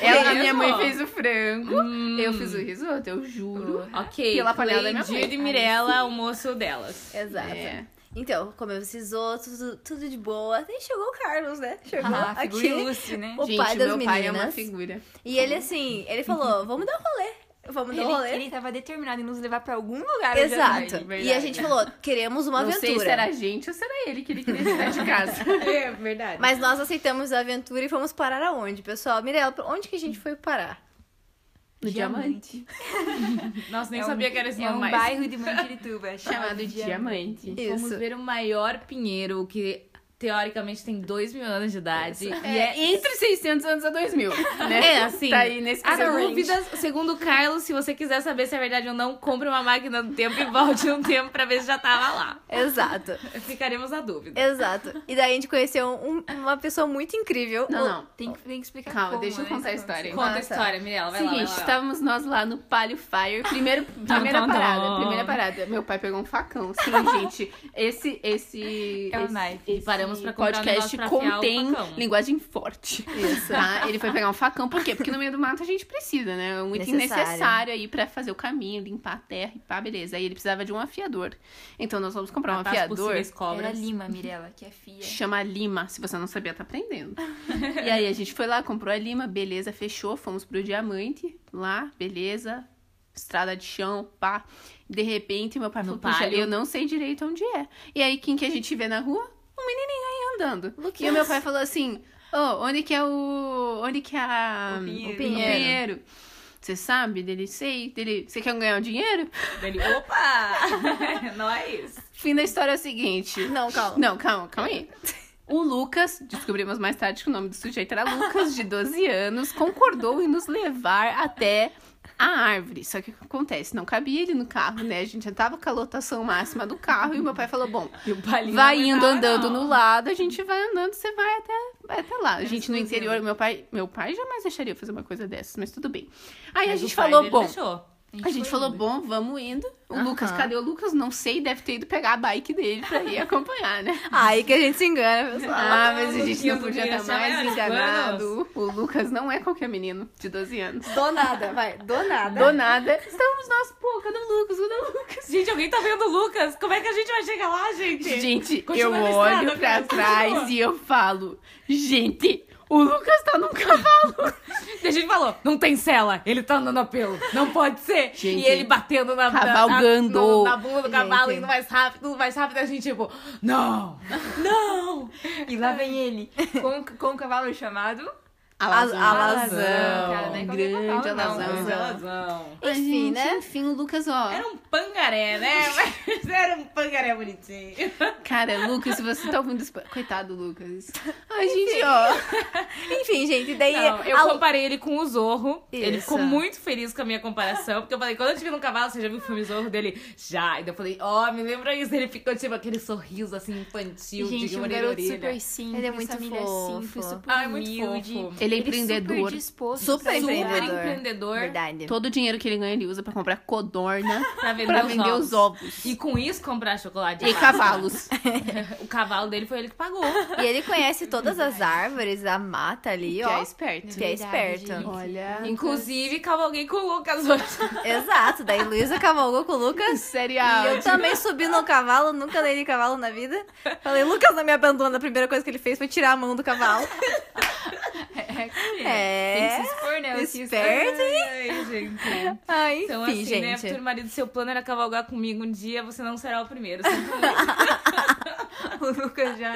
B: ela, a minha
E: mesmo? Hum.
B: mãe fez o frango, eu fiz o risoto, eu juro.
E: Ok,
B: Pela panela da minha
E: Cleide
B: mãe.
E: e Mirella, almoço delas.
A: Exato.
B: É.
A: Então, comemos esses outros, tudo, tudo de boa. Até chegou o Carlos, né? Chegou
C: Ah, figura
A: aqui.
C: ilustre, né?
A: O
B: Gente,
A: pai das
B: meu
A: meninas.
B: pai é uma figura.
A: E ele assim, ele falou, vamos dar um rolê. Vamos dar um rolê.
C: Ele, ele tava determinado em nos levar pra algum lugar. hoje à
A: Exato.
C: noite.
A: e a gente falou, queremos uma
B: Não
A: aventura.
B: sei se era a gente ou se era ele que ele queria tirar de casa.
E: É verdade.
A: Mas nós aceitamos a aventura e fomos parar aonde, pessoal? Mirella, pra onde que a gente foi parar?
B: No
C: Diamante.
E: Nossa, nem
C: É um-
E: sabia que era esse
C: É
E: nome
C: um
E: mais.
C: bairro de Mandirituba
B: Chamado Ah, Diamante.
E: Vamos
A: Isso.
E: ver o maior pinheiro que teoricamente tem 2 mil anos de idade. E é
B: Entre 600 anos a 2000, né?
E: É, assim.
B: Tá aí nesse
E: Há
B: caso.
E: dúvidas, segundo o Carlos, se você quiser saber se é verdade ou não, compre uma máquina do tempo e volte um tempo pra ver se já tava lá.
A: Exato.
E: Ficaremos na dúvida.
A: Exato. E daí a gente conheceu um- uma pessoa muito incrível.
B: Não, não.
C: Tem que, tem que explicar
B: Calma,
C: como,
B: deixa eu
C: né,
B: contar a
C: isso
B: história.
C: aconteceu.
E: Conta
A: Nossa.
E: a história, Mirella. Vai lá, vai
B: Seguinte, tá
E: lá, vai lá.
B: estávamos nós lá no Palio Fire. Primeiro, primeira
E: Tum, tum,
B: parada.
E: tum.
B: Primeira parada. Meu pai pegou um facão. Sim, gente. Esse. esse
C: É o
B: esse-
C: knife.
B: esse
E: Paramos pra comprar um
B: podcast
E: negócio pra afiar o
B: contém
E: facão.
B: linguagem forte. Isso. Tá? Ele foi pegar um facão. Por quê? Porque no meio do mato a gente precisa, né? É um item
A: Necessário.
B: necessário aí pra fazer o caminho, limpar a terra e pá, beleza. Aí ele precisava de um afiador. Então nós vamos comprar um
E: Matar as
B: afiador.
E: possíveis
C: Era
E: cobras.
C: Lima, Mirella, que é fia.
B: Chama Lima, se você não sabia, tá aprendendo. e aí a gente foi lá, comprou a Lima, beleza, fechou, fomos pro Diamante, lá, beleza, estrada de chão, pá. De repente, meu pai
E: No
B: falou, puxa,
E: palio.
B: eu não sei direito onde é. E aí, quem que a gente vê na rua? Um menininho aí andando.
A: Lucas.
B: E o meu pai falou assim, ô, onde que é o... onde que é a...
C: O pinheiro.
B: o pinheiro. Você sabe? Dele, sei. Dele, você quer ganhar o dinheiro?
E: Dele, opa! não é isso.
B: Fim da história é o seguinte.
A: Não, calma.
B: Não, calma, calma aí. O Lucas, descobrimos mais tarde que o nome do sujeito era Lucas, de 12 anos, concordou em nos levar até a árvore. Só que o que acontece? Não cabia ele no carro, né? A gente já tava com a lotação máxima do carro e o meu pai falou: bom, vai
E: é
B: indo andando no lado, a gente vai andando, você vai até, até lá. A gente no interior, meu pai, meu pai jamais deixaria eu fazer uma coisa dessas, mas tudo bem. Aí a gente falou: bom. A gente falou, bom, vamos indo. O Lucas, cadê o Lucas? Não sei, deve ter ido pegar a bike dele pra ir acompanhar, né?
A: Aí que a gente se engana, pessoal.
B: Ah, mas a gente não
E: Luquinhas,
B: podia estar
E: Luquinhas,
B: mais
E: chama elas,
B: enganado. O Lucas não é qualquer menino de 12 anos.
A: Do nada, vai, do nada.
B: Do nada, estamos nós, pô, cadê o Lucas? Cadê o Lucas?
E: Gente, alguém tá vendo o Lucas? Como é que a gente vai chegar lá, gente?
B: Gente, eu
E: Continua a listrada,
B: olho pra
E: cara,
B: trás
E: continua.
B: e eu falo, gente, o Lucas tá num cavalo.
E: A gente falou, não tem cela, ele tá andando a pelo. Não pode ser.
B: Gente,
E: e ele batendo na na-
B: cavalgando.
E: Na, na bunda do cavalo
A: Gente.
E: indo mais rápido, mais rápido. A gente, tipo, não, não.
C: E lá vem ele, com, com o cavalo chamado...
A: Alazão.
C: Alazão. Cara, nem qualquer
B: grande
C: cavalo, não.
B: Alazão.
E: Zelazão.
B: Ai,
A: Enfim,
B: gente,
A: né?
B: Enfim, o Lucas, ó.
E: Era um pangaré, né? Mas era um pangaré bonitinho.
B: um- Cara, Lucas, se você tá ouvindo esse... Coitado, do Lucas. Ai, gente, ó.
A: Enfim, gente, daí.
E: Não, eu
A: a-
E: comparei ele com o Zorro. Ele
A: Isso.
E: ficou muito feliz com a minha comparação. Porque eu falei, quando eu tive no cavalo, você já viu o filme Zorro dele? Já. E daí eu falei, ó, me lembra isso. Ele ficou, tipo, aquele sorriso, assim, infantil,
C: Gente,
E: de
C: um
E: orelha a
C: garoto
E: orelha.
C: super simples,
A: Ele é muito
C: família
A: fofo.
C: simples, super
E: Ai, Ah, muito
C: humilde.
E: fofo.
B: Ele é
C: Ele
B: empreendedor.
C: super disposto.
A: Super
C: sabe?
E: Super
A: empreendedor.
E: empreendedor.
A: Verdade.
B: Todo o dinheiro que ele ganha, ele usa pra comprar codorna
E: Pra vender,
B: pra
E: os,
B: vender
E: ovos.
B: os ovos.
E: E com isso comprar chocolate. de
B: E
E: vaca.
B: cavalos.
E: O cavalo dele foi ele que pagou.
A: E ele conhece todas as árvores, a mata ali,
B: Que
A: ó.
B: é esperto.
A: Que é
C: Verdade,
A: esperto.
C: gente.
B: Olha.
E: Inclusive, cavalguei com o Lucas hoje.
A: Exato. Daí Luísa cavalgou com o Lucas.
B: Serial.
A: E eu também subi no cavalo, nunca dei de cavalo na vida. Falei, Lucas não me abandona. A primeira coisa que ele fez foi tirar a mão do cavalo.
C: Tem
A: É.
C: que se expor, né? Se expor.
A: Esperto, hein?
E: Ai, gente.
A: Ah, enfim,
E: Então, assim, né,
A: gente.
E: futuro marido, seu plano era cavalgar comigo um dia, você não será o primeiro. Sempre
C: O Lucas já...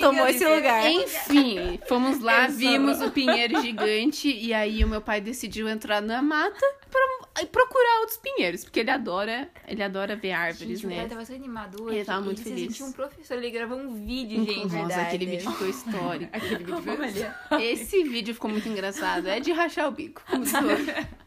A: Tomou
E: assim,
A: esse lugar.
B: Enfim, fomos lá, vimos o pinheiro gigante e aí o meu pai decidiu entrar na mata pra procurar outros pinheiros, porque ele adora, ele adora ver árvores,
C: Gente, é o
B: né?
C: cara tava tão animado hoje.
B: Ele tava muito
C: ele
B: feliz.
C: Ele um professor, ele gravou um vídeo,
B: Inclusive,
C: gente.
B: Nossa,
A: verdade.
B: aquele vídeo ficou histórico.
E: aquele vídeo foi
B: Esse vídeo ficou muito engraçado. É de rachar o bico. como se for.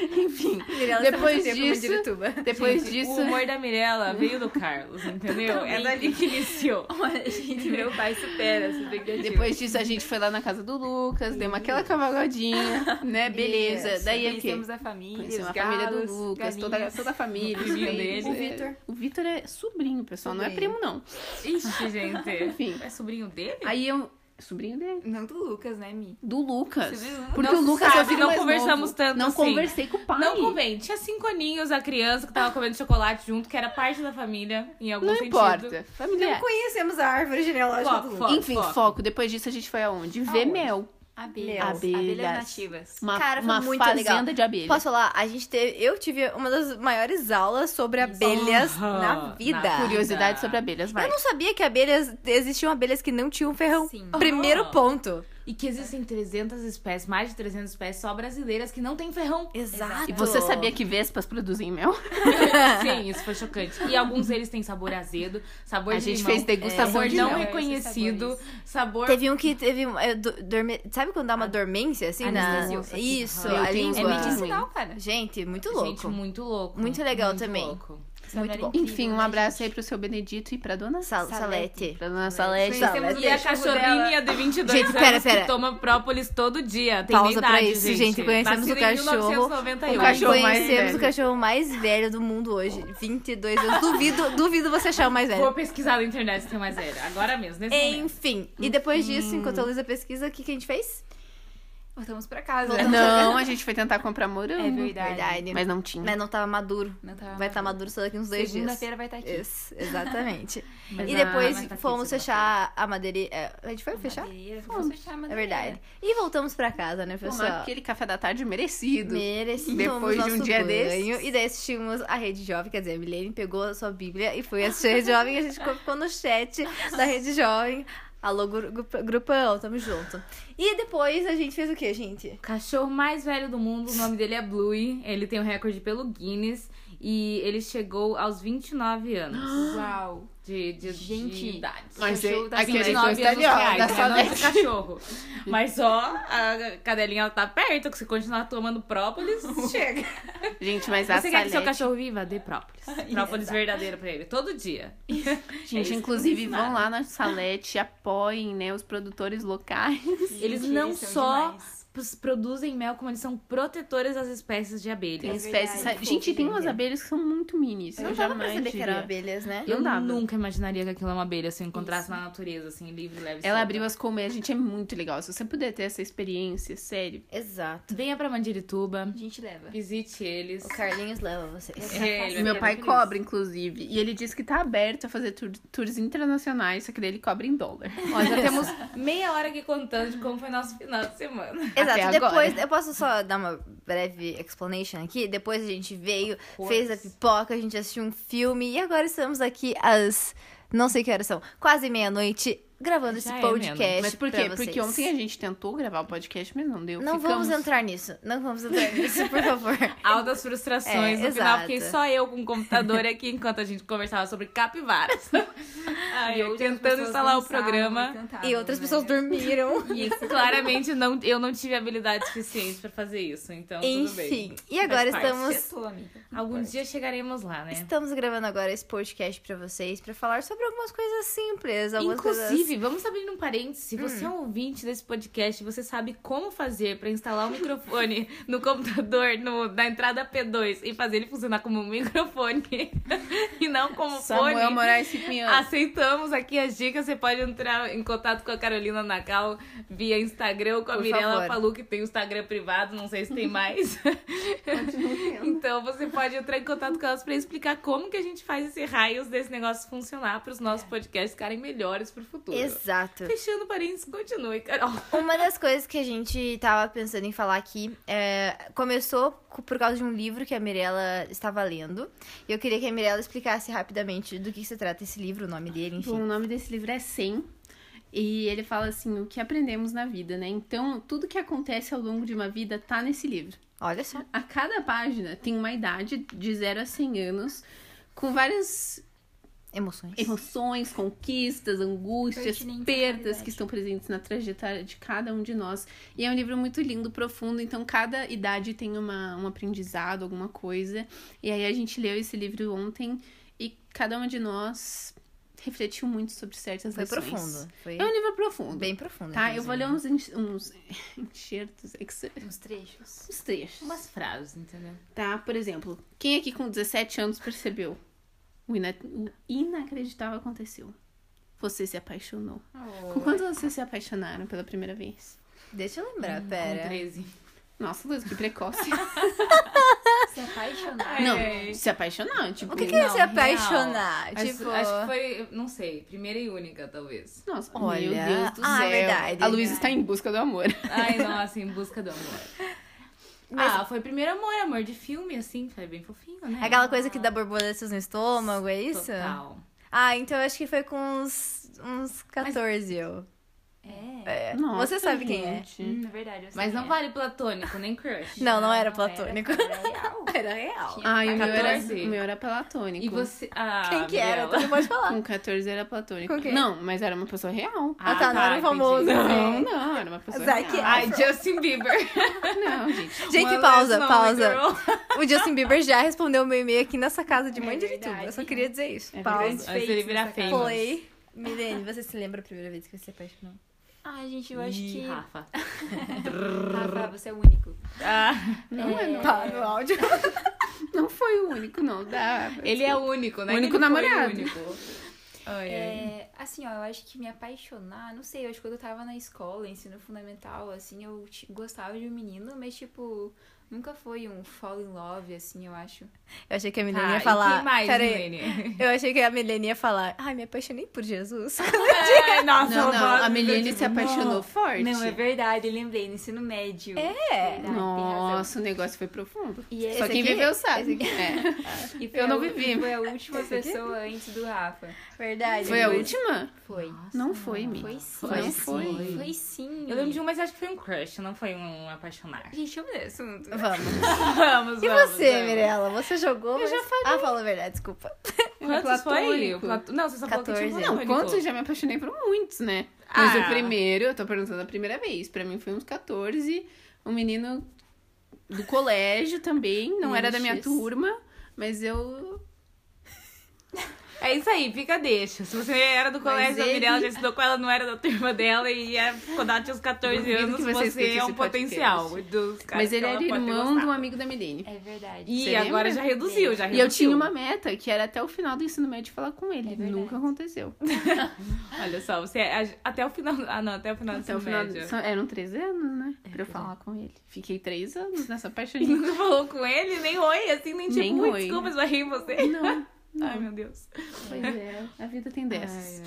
B: Enfim,
A: Mirella tá
B: depois
A: muito tempo como
B: disso,
A: Dirituba.
B: depois
E: O
B: disso,
E: humor da Mirella veio do Carlos, entendeu? É dali que iniciou.
C: Olha, gente, meu pai supera essa expectativa.
B: depois disso a gente foi lá na casa do Lucas, deu aquela cavalgadinha, né? Beleza.
A: Isso,
B: Daí é o quê?
C: Conhecemos a família,
B: Conheci
C: os
B: a família do
C: galos,
B: Lucas, toda,
C: galinhas.
B: toda a família, os
E: Sobrinho
B: primos,
E: dele.
B: é.
A: O Vitor.
B: O Vitor é sobrinho, pessoal, não é
A: Sobrinho.
B: primo, não.
E: Ixi, gente.
B: Enfim.
E: É sobrinho dele?
B: Aí eu. Sobrinho dele?
C: Não do Lucas, né, Mi?
B: Do Lucas.
C: Sobrinho-
B: Porque
E: não
B: o
E: se
B: Lucas é o
E: sabe,
B: filho
E: não
B: mais
E: conversamos
B: novo.
E: tanto
B: Não
E: assim.
B: conversei com o pai.
E: Não convém. Tinha cinco aninhos a criança que tava comendo chocolate junto, que era parte da família, em algum
B: Não
E: sentido.
B: importa.
A: Não
B: Familiar.
A: conhecemos a árvore genealógica
E: Foco,
A: do Lucas.
E: foco,
B: Enfim, foco. Depois disso a gente foi aonde? Ver mel.
C: Abelhas.
B: Abelhas.
C: Abelhas nativas.
B: Uma,
A: Cara, foi
B: uma
A: muito
B: fazenda
A: legal.
B: de abelhas.
A: Posso falar? A gente teve. Eu tive uma das maiores aulas sobre abelhas
E: Aham,
A: na vida.
E: na curio-
B: Curiosidade sobre abelhas, vai.
A: Eu não sabia que abelhas. Existiam abelhas que não tinham ferrão.
C: Sim.
A: Primeiro
E: Aham.
A: ponto.
E: E que existem 300 espécies, mais de 300 espécies só brasileiras que não tem ferrão.
A: Exato.
B: E você sabia que vespas produzem mel?
E: Sim, isso foi chocante. E alguns deles têm sabor azedo, sabor
B: a
E: de
B: gente
E: limão,
B: fez degustação
E: sabor
B: de
E: não
B: mel.
E: reconhecido, sabor...
A: Teve um que teve. um- é, do- dorme- Sabe quando dá uma dormência assim? Na...
C: Anestesia, isso aqui.
A: Isso,
B: Eu
A: a
B: tenho
A: língua.
C: É
B: Uau.
C: medicinal, cara.
A: Gente, muito
E: Gente,
A: louco.
E: muito louco.
A: Muito legal também.
E: louco.
A: Muito
C: Era
A: bom.
C: incrível,
B: Enfim, um
C: né,
B: abraço aí
C: gente?
B: pro seu Benedito e pra dona
A: Sal-
B: Salete.
A: Salete.
B: Pra dona Salete.
A: Salete.
E: Temos
A: Temos
E: e a cachorrinha de 22
A: Gente, pera,
E: anos
A: pera.
E: que toma própolis todo dia. Tem
A: Pausa
E: meia idade,
A: pra isso, gente. Conhecemos
E: Nascida
A: o cachorro.
E: Em 1998.
B: O cachorro mais
A: Conhecemos
B: velho.
A: o cachorro mais velho do mundo hoje. 22 anos. Duvido, duvido você achar o mais
E: Vou
A: velho.
E: pesquisar na internet se tem mais velho. Agora mesmo, nesse momento.
A: Enfim. E depois disso, enquanto a Luísa pesquisa, o que, que a gente fez?
C: Voltamos pra casa.
B: É,
C: né?
B: Não, a gente foi tentar comprar morango.
C: É verdade.
B: Mas não tinha.
A: Mas não tava maduro.
C: Não tava
A: Vai estar maduro só daqui uns dois dias.
C: Segunda-feira é vai estar aqui.
A: Isso, exatamente.
B: Mas
A: e
B: a-
A: depois
E: mas tá aqui
A: fomos
E: segunda-feira.
A: fechar a madeireira. é, A gente foi fechar?
C: Madeireira, vamos fechar a
A: É
C: madeireira.
A: verdade. E voltamos pra casa, né,
B: Tomar
A: pessoal?
B: aquele café da tarde merecido.
A: Merecemos
B: Depois de um
A: nosso
B: dia
A: banho.
B: desses.
A: E daí assistimos a Rede Jovem, quer dizer, a Milene pegou a sua bíblia e foi assistir a Rede Jovem e a gente ficou- ficou no chat da Rede Jovem. Alô, gru- gru- grupão, tamo junto. E depois a gente fez o quê, gente?
E: Cachorro mais velho do mundo, o nome dele é Bluey. Ele tem o recorde pelo Guinness. E ele chegou aos 29 anos
C: Uau.
E: de, de, de
C: Gente,
E: idade.
D: Mas
C: Cachorro
B: é,
D: ele-
C: tá
D: aquele
C: assim,
D: foi
C: 29 anos
D: italiano,
C: reais,
D: da
C: né?
E: É
D: sua
E: o
D: net.
E: nosso cachorro. Mas ó, a cadelinha tá perto, que se continuar tomando própolis, chega.
B: Gente, mas a
E: Você quer que seu
B: Salete...
E: cachorro viva? Dê própolis. Própolis verdadeira pra ele, todo dia.
B: Gente, inclusive, vão lá na Salete, apoiem, né, os produtores locais.
E: Eles
C: Gente,
E: não
C: são
E: só
C: demais.
E: pros- produzem mel, como eles são protetores das espécies de
B: Tem
E: abelhas.
B: espécies...
C: verdade,
B: gente, tem umas
C: gente.
B: abelhas que são muito minis.
E: É Eu
B: Eu
E: já-
B: já...
E: dava pra
A: Mas
E: Jamais
A: saber que eram
E: diria.
A: abelhas, né?
E: Eu
B: dava.
E: nunca imaginaria que aquilo é uma abelha se eu encontrasse na natureza, assim, livre, leve. e
B: Ela
E: solta.
B: abriu as colmeias, gente, é muito legal. Se você puder ter essa experiência, sério.
A: Exato.
E: Venha pra Mandirituba,
A: A gente leva.
E: visite eles.
A: O Carlinhos leva vocês.
E: É, ele vai
B: Meu
E: ficar
B: pai
E: muito
B: cobra, inclusive. E ele diz que tá aberto a fazer tour- tours internacionais, só que daí ele cobra em dólar.
E: Ó, já temos meia hora aqui contando de como foi nosso final de semana.
A: Exato,
B: Até
A: depois
B: agora.
A: eu posso só dar uma breve explanation aqui. Depois a gente veio,
E: course.
A: fez a pipoca, a gente assistiu um filme e agora estamos aqui às não sei que horas são, quase meia-noite gravando
E: Já
A: esse
E: é
A: podcast.
E: meia-noite.
B: Mas por
A: pra
B: quê? Porque
A: vocês.
B: ontem a gente tentou gravar o podcast, mas não deu.
A: Não vamos
B: Ficamos-
A: entrar nisso. Não vamos entrar nisso, por favor.
E: Altas frustrações.
A: É,
E: no final
A: exato.
E: fiquei só eu com o computador aqui enquanto a gente conversava sobre capivaras. Ai,
C: E
E: eu
C: outras
E: tentando
C: pessoas
E: instalar o
C: dançavam
E: programa.
C: cantavam,
A: E outras
C: né?
A: pessoas dormiram.
E: E claramente não, eu não tive habilidade suficiente pra fazer isso, então tudo bem.
A: Enfim. E agora
E: Faz parte.
A: estamos
C: Acertou, amiga.
E: Algum dia chegaremos lá, né?
A: Estamos gravando agora esse podcast pra vocês pra falar sobre algumas coisas simples, algumas coisas Hum.
E: Inclusive, vamos abrir um parênteses. Se você é um ouvinte desse podcast, você sabe como fazer pra instalar o microfone no computador, no- na entrada P2 e fazer ele funcionar como um microfone e não como
B: Samuel
E: fone.
B: Moraes Cipriano.
A: Ah,
E: Aceitamos aqui as dicas. Você pode entrar em contato com a Carolina Nacal via Instagram ou com a
A: Por
E: Mirella
A: favor.
E: Palu, que tem o Instagram privado, não sei se tem mais. então você pode entrar em contato com elas pra explicar como que a gente faz esse raios desse negócio funcionar para os nossos
A: É.
E: podcasts ficarem melhores pro futuro.
A: Exato.
E: Fechando parênteses, continue, Carol.
A: Uma das coisas que a gente tava pensando em falar aqui é, começou co- por causa de um livro que a Mirella estava lendo. E eu queria que a Mirella explicasse rapidamente do que se trata esse livro, o nome dele,
B: Bom,
A: enfim.
B: o nome desse livro é 100. E ele fala assim, o que aprendemos na vida, né? Então, tudo que acontece ao longo de uma vida tá nesse livro.
A: Olha só.
B: A cada página tem uma idade de 0 a 100 anos, com várias
A: Emoções.
B: emoções, conquistas, angústias,
C: Pertinente à
B: perdas
C: realidade.
B: que estão presentes na trajetória de cada um de nós. E é um livro muito lindo, profundo, então cada idade tem uma, um aprendizado, alguma coisa. E aí a gente leu esse livro ontem e cada uma de nós refletiu muito sobre certas
A: Foi
B: lições.
A: profundo. Foi
B: É um livro profundo.
A: bem né? profundo.
B: tá, eu vou ler
A: inclusive.
B: uns, enx- uns enxertos, ex-
C: Uns trechos.
B: uns trechos.
E: Umas frases, entendeu?
B: Tá, por exemplo, quem aqui com 17 anos percebeu? O, ina- o inacreditável aconteceu. Você se apaixonou. Com quantos anos vocês se apaixonaram pela primeira vez?
A: Deixa eu lembrar,
E: Com
A: pera.
E: 13.
B: Nossa, Luiz, que precoce.
C: Se apaixonar.
B: não, se apaixonar, tipo...
A: O que, que é
E: Não,
A: se apaixonar?
E: Acho-
A: tipo.
E: acho que foi, não sei, primeira e única, talvez.
B: Nossa,
A: Olha,
B: meu Deus do
A: ah,
B: céu.
A: verdade.
B: a Luísa está em busca do amor.
E: Ai, nossa, em busca do amor.
A: Mas-
E: Ah, foi primeiro amor, amor de filme, assim, foi bem fofinho, né?
A: é Aquela coisa que dá borboletas no estômago, é isso?
E: Total.
A: Ah, então eu acho que foi com uns, uns 14 eu.
C: É.
A: É.
B: Nossa,
A: Você sabe quem é.
B: gente.
C: Hum, é verdade. eu sei
E: Mas
C: quem
E: não
C: é.
E: vale platônico, nem crush.
A: Não, não era
C: Não
A: platônico.
C: era real.
A: Era real.
B: Ai, o meu, era,
E: 14.
B: o meu era platônico.
E: E você. Ah,
A: Quem que era?
E: Gabriela.
A: Você pode falar.
B: Com 14 era platônico.
A: Com quem?
B: Não, mas era uma pessoa real.
A: Ah, tá, não era um
E: entendi.
A: famoso.
B: Não, não, era uma pessoa
A: Zac
B: real.
E: Ai, Justin Bieber.
B: Não, gente.
A: Gente,
E: One
A: pausa,
E: last moment,
A: pausa.
E: girl.
A: O Justin Bieber já respondeu meu e-mail aqui nessa casa de
C: É
A: mãe de
C: verdade.
A: YouTube. Eu só queria dizer isso.
B: É
A: pausa.
C: verdade.
E: Antes ele virar
C: Fake nessa
E: famous.
A: Play. Milene, você se lembra a primeira vez que você se apaixonou?
C: Ai, gente, eu acho
E: Ih,
C: que.
E: Rafa.
C: Rafa, você é o único.
E: Ah,
B: Não, é, não.
A: Tá, no áudio.
B: Não foi o único, não. Da...
E: ele é o único, né?
B: O único
E: Ele foi
B: namorado.
E: o único. Ai, ai.
C: É, assim, ó, eu acho que me apaixonar, não sei, eu acho que quando eu tava na escola, ensino fundamental, assim, eu ti- gostava de um menino, mas, tipo, nunca foi um fall in love, assim, eu acho.
A: Eu achei que a Milene
E: Tá,
A: ia
E: E
A: falar.
E: quem mais,
A: Pera aí.
E: Milene?
A: Eu achei que a Milene ia falar. Ai, me apaixonei por Jesus.
E: Ai, nossa,
B: Não, não,
E: Rafa,
B: a Milene se apaixonou forte.
C: Não, é verdade, eu lembrei, no ensino médio.
A: É.
C: Verdade, Ah, tem razão.
B: Nossa, o negócio foi profundo.
C: E esse
B: Só quem
A: aqui?
B: viveu sabe. É.
C: e foi
B: eu
C: a
B: não
C: ú-
B: vivi.
C: Foi a última pessoa antes do Rafa.
A: Verdade.
B: Foi a última?
C: Foi.
B: Não foi, Mi.
C: é Foi sim.
B: Foi
C: Não
B: sim.
C: Foi sim.
E: Eu lembro de um, mas acho que foi um crush, não foi um apaixonar.
C: Gente, eu me assunto.
D: Vamos.
E: Vamos,
A: E
E: vamos,
A: você,
E: vamos.
A: Mirella? Você jogou? Eu
E: já
A: falei. Ah, falou a verdade, desculpa.
E: Quantos foi?
B: platônico. é.
E: O plato- Não, você só falou que
A: 14.
E: tinha um
B: Não,
E: platônico.
B: quantos eu já me apaixonei por muitos, né? Mas
E: Ah.
B: o primeiro, eu tô perguntando a primeira vez. Pra mim foi uns 14. Um menino do colégio também, não era da minha
D: Ixi.
B: turma, mas eu.
E: É isso aí, fica a deixa. Se você era do colégio,
B: ele-
E: a Mirella já estudou com ela, não era da turma dela e é, quando ela tinha os 14
B: Duvido
E: anos,
B: que você
E: você,
B: escute
E: é
B: esse
E: um potencial. Dos caras
B: mas
E: que
B: ele
E: ela
B: era
E: pode ter
B: irmão de
E: gostado.
B: um amigo da Milene.
C: É verdade.
E: E
B: Você
E: agora
B: lembra?
E: já reduziu, já
B: E
E: reduziu.
B: eu tinha uma meta, que era até o final do ensino médio falar com ele.
C: É verdade.
B: Nunca aconteceu.
E: Olha só, você é, a- até o final. Ah, não, até o final
B: Até
E: do
B: o
E: final
B: final
E: médio.
B: são- Eram três anos, né? pra eu falar com ele. Fiquei três anos nessa paixoninha.
E: Não falou com ele, nem oi, assim, nem tipo,
B: Nem
E: "Ui,
B: oi.
E: desculpa, esbarrei em você.
B: Não,
E: Ai, meu Deus.
B: pois é. A vida tem dessas.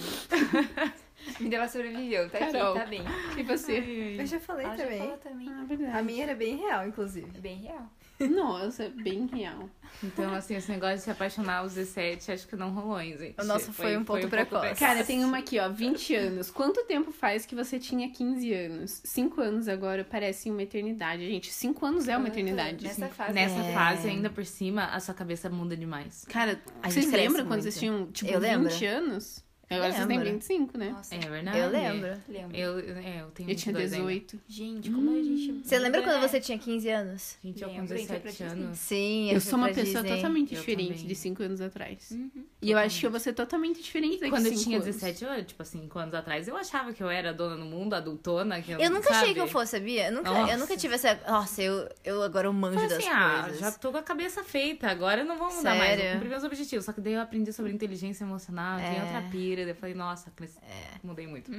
C: E ela sobreviveu, tá
B: Carol.
C: aqui, tá bem.
B: E você?
A: Eu já falei
C: Ela já
A: também.
C: falou também.
B: Ah,
A: A
B: verdade.
A: minha era bem real, inclusive.
C: É bem real.
B: Nossa, bem real.
E: Então, assim, esse negócio de se apaixonar aos 17, acho que não rolou, hein, gente.
A: O nosso foi um pouco precoce.
B: Cara, tem uma aqui, ó, 20 anos. Quanto tempo faz que você tinha 15 anos? 5 anos agora parecem uma eternidade, gente. 5 anos é uma eternidade.
C: Nessa fase.
E: Nessa
A: É.
E: fase, ainda por cima, a sua cabeça muda demais.
B: Cara,
A: A gente
B: vocês
A: cresce
B: lembram quando
A: muito.
B: vocês tinham, tipo,
A: Eu lembro.
B: 20 anos? Agora vocês têm
A: lembro.
B: 25, né?
C: Nossa,
E: É verdade.
A: Eu lembro.
C: lembro.
E: Eu, é, eu tenho
B: Eu tinha
E: 22 ainda.
B: 18.
C: Gente, como a gente.
A: Você lembra quando
C: muda, né?
A: você tinha 15 anos?
E: Gente, eu com
C: Lembro, então,
E: 17 anos.
A: Sim,
B: Eu
A: essa
B: sou uma
A: pra
B: pessoa
A: Disney.
B: totalmente
E: Eu
B: diferente
E: também.
B: de 5 anos atrás.
C: Uhum.
B: e eu acho que eu vou ser totalmente diferente daqui
E: Quando eu
B: cinco
E: tinha
B: anos.
E: 17 anos, tipo assim, 5 anos atrás, eu achava que eu era dona do mundo, adultona. Que eu,
A: Eu nunca
E: sabe?
A: achei que eu fosse, sabia? Eu nunca,
E: Nossa.
A: eu nunca tive essa. Nossa, eu, eu agora eu manjo
E: Falei
A: das
E: assim, ah,
A: coisas.
E: já tô com a cabeça feita, agora eu não vou mudar mais, eu
A: Sério?
E: cumpri meus objetivos. Só que daí eu aprendi sobre inteligência emocional, tem
A: É. Uhum.
E: outra pira, daí eu falei, nossa, cresci- mudei muito.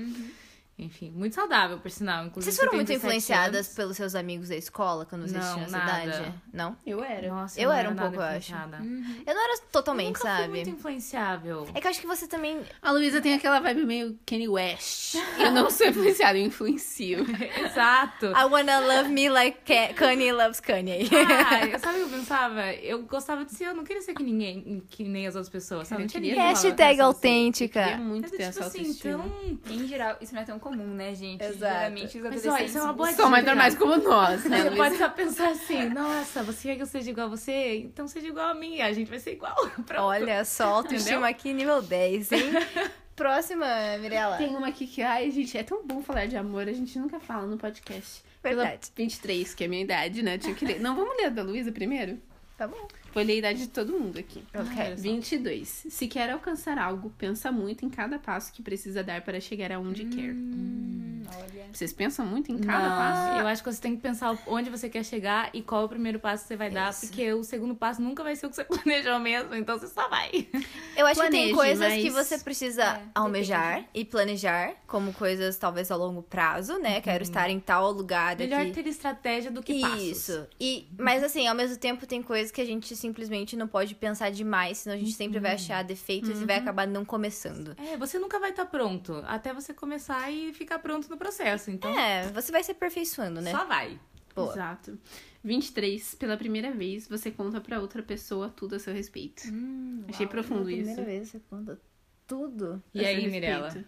E: Enfim, muito saudável, por sinal.
A: Vocês
E: Inclusive,
A: foram
E: eu tenho
A: muito
E: 17
A: influenciadas
E: anos.
A: pelos seus amigos da escola quando vocês
E: Não,
A: tinham essa
E: nada.
A: idade? Não?
B: Eu era.
E: Nossa,
A: Eu
E: não
A: era um
E: nada
A: pouco, eu acho.
E: influenciada.
A: Eu não era
E: Eu
A: totalmente,
E: Hum, nunca fui
A: sabe?
E: muito influenciável.
A: É que eu acho que você também.
B: A Luísa tem aquela vibe meio Kanye West. Eu não sou influenciada, eu influencio.
E: Exato.
A: I wanna love me like Ka- Kanye loves Kanye.
E: Ah, eu- sabe o que eu pensava? Eu gostava de ser, eu não queria ser que ninguém, que nem as outras pessoas. Sabe? Não tinha ninguém. que falava,
A: Hashtag
E: "Nossa, você
B: Eu queria
A: autêntica.
B: muito
E: Mas,
B: ter essa
E: tipo assim,
B: autoestima.
E: tão...
C: Em geral, isso não é tão comum, né, gente?
A: Exato.
C: Geralmente os
E: Mas,
C: adolescentes.
E: ó, isso é uma boa
B: São mais
E: dica.
B: normais como nós, né?
E: Você
B: Luísa?
E: pode só pensar assim, nossa, você quer que eu seja igual a você? Então seja igual a mim, a gente vai ser igual. Pronto.
A: Olha só, autoestima aqui nível 10, hein? Próxima, Mirella.
B: Tem uma aqui que, ai, gente, é tão bom falar de amor, a gente nunca fala no podcast. Pela
A: Verdade.
B: 23, que é a minha idade, né? Tinha que ler. Não, vamos ler a da Luísa primeiro?
A: Tá bom.
B: Vou ler a idade de todo mundo aqui.
A: Ok.
B: 22. Se quer alcançar algo, pensa muito em cada passo que precisa dar para chegar aonde quer.
C: Hum, olha.
B: Vocês pensam muito em cada passo?
E: Eu acho que você tem que pensar onde você quer chegar e qual é o primeiro passo que você vai dar,
A: Isso.
E: porque o segundo passo nunca vai ser o que você planejou mesmo, então você só vai.
A: Eu acho que
B: Planeje,
A: tem coisas
B: mas-
A: que você precisa
C: É,
A: almejar e planejar, como coisas talvez a longo prazo, né? Quero estar em tal lugar
E: É Melhor
A: aqui.
E: ter estratégia do que passos.
A: Isso. E, mas assim, ao mesmo tempo tem coisas que a gente simplesmente não pode pensar demais, senão a gente sempre vai achar defeitos e vai acabar não começando.
E: É, você nunca vai estar pronto, até você começar e ficar pronto no processo, então
A: É, você vai se aperfeiçoando, né?
E: só vai.
A: Boa.
B: Exato. 23. Pela primeira vez, você conta pra outra pessoa tudo a seu respeito. Achei profundo isso.
A: vez você conta tudo.
E: E
B: A seu
E: aí,
B: respeito.
E: Mirella?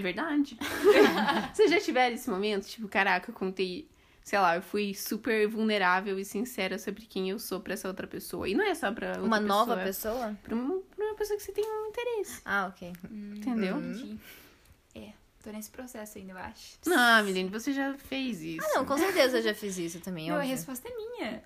B: verdade. Vocês já tiveram esse momento? Tipo, caraca, eu contei. Sei lá, eu fui super vulnerável e sincera sobre quem eu sou pra essa outra pessoa. E não é só pra outra
A: Uma nova
B: pessoa. é
A: pessoa?
B: Pra uma, pra uma pessoa que você tem um interesse.
A: Ah, ok.
B: Entendeu?
E: Uhum.
C: Entendi. É, tô nesse processo ainda, eu acho.
E: é
B: Não, Milene, Ah, você já fez isso.
A: Ah, não, com certeza eu já fiz isso também.
C: Não, a
A: óbvio.
C: resposta é minha.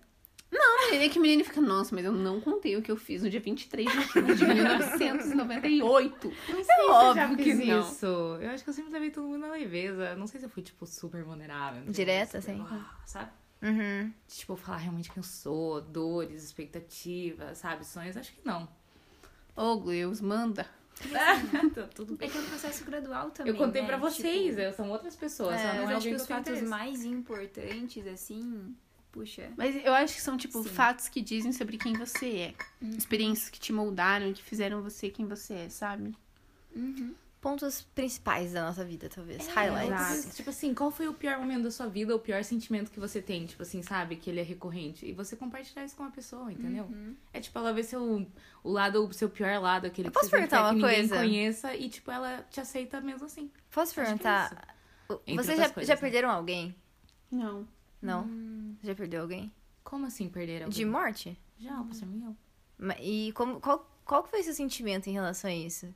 B: Milene, é que Milene fica, nossa, mas eu não contei o que eu fiz no dia 23 de outubro de 1998.
E: Não sei se eu já
B: óbvio que
E: fiz
B: não.
E: isso. Eu acho que eu sempre levei todo mundo na leveza. Não sei se eu fui, tipo, super vulnerável. não sei
A: Direta,
E: se eu-
A: assim?
E: Ah, Sabe?
A: Uhum.
E: Tipo, falar realmente quem eu sou, dores, expectativas, sabe? Sonhos, acho que não.
B: Ô, Gleus, manda.
E: Tá tudo
C: É
E: bem.
C: que é um processo gradual também.
E: Eu contei
C: né?
E: pra vocês,
C: Tipo,
E: eu- são outras pessoas.
A: É,
E: só não
C: mas
E: é
C: acho
E: alguém
C: que os
E: eu tenho
C: fatos
E: interesse.
C: mais importantes, assim. Puxa.
B: Mas eu acho que são, tipo,
C: Sim.
B: fatos que dizem sobre quem você é. Experiências que te moldaram, que fizeram você quem você é, sabe?
E: Uhum.
A: Pontos principais da nossa vida, talvez.
B: exato.
A: Highlights.
E: Exato. Tipo assim, qual foi o pior momento da sua vida, o pior sentimento que você tem? Tipo assim, sabe? Que ele é recorrente. E você compartilhar isso com uma pessoa, entendeu? É tipo, ela vê seu, o lado, o seu pior lado, aquele
A: Eu
E: que
A: posso
E: você sempre
A: perguntar
E: quer
A: uma
E: que ninguém
A: coisa?
E: conheça. E tipo, ela te aceita mesmo assim.
A: Posso
E: Acho que é
A: perguntar?
E: isso.
A: o-
E: Entre
A: Vocês
E: outras
A: já,
E: coisas,
A: já
E: né?
A: perderam alguém?
B: Não.
E: Hum.
A: Não? Já perdeu alguém?
E: Como assim perderam?
A: De morte?
E: Já, o pastor Miguel.
A: Ma- E como, qual, qual que foi seu sentimento em relação a isso?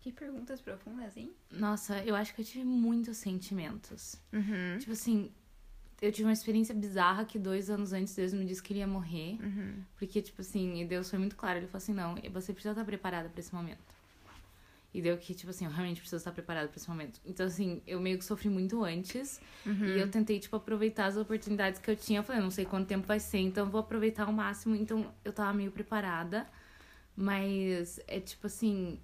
C: Que perguntas profundas, hein?
E: Nossa, eu acho que eu tive muitos sentimentos.
A: Uhum.
E: Tipo assim, eu tive uma experiência bizarra que dois anos antes Deus me disse que ele ia morrer.
A: Uhum.
E: Porque, tipo assim, e Deus foi muito claro. Ele falou assim, não, você precisa estar preparada pra esse momento. E deu que, tipo assim, eu realmente preciso estar preparada pra esse momento. Então, assim, eu meio que sofri muito antes.
A: Uhum.
E: E eu tentei, tipo, aproveitar as oportunidades que eu tinha. Eu falei, não sei quanto tempo vai ser, então eu vou aproveitar ao máximo. Então, eu tava meio preparada. Mas, é tipo assim...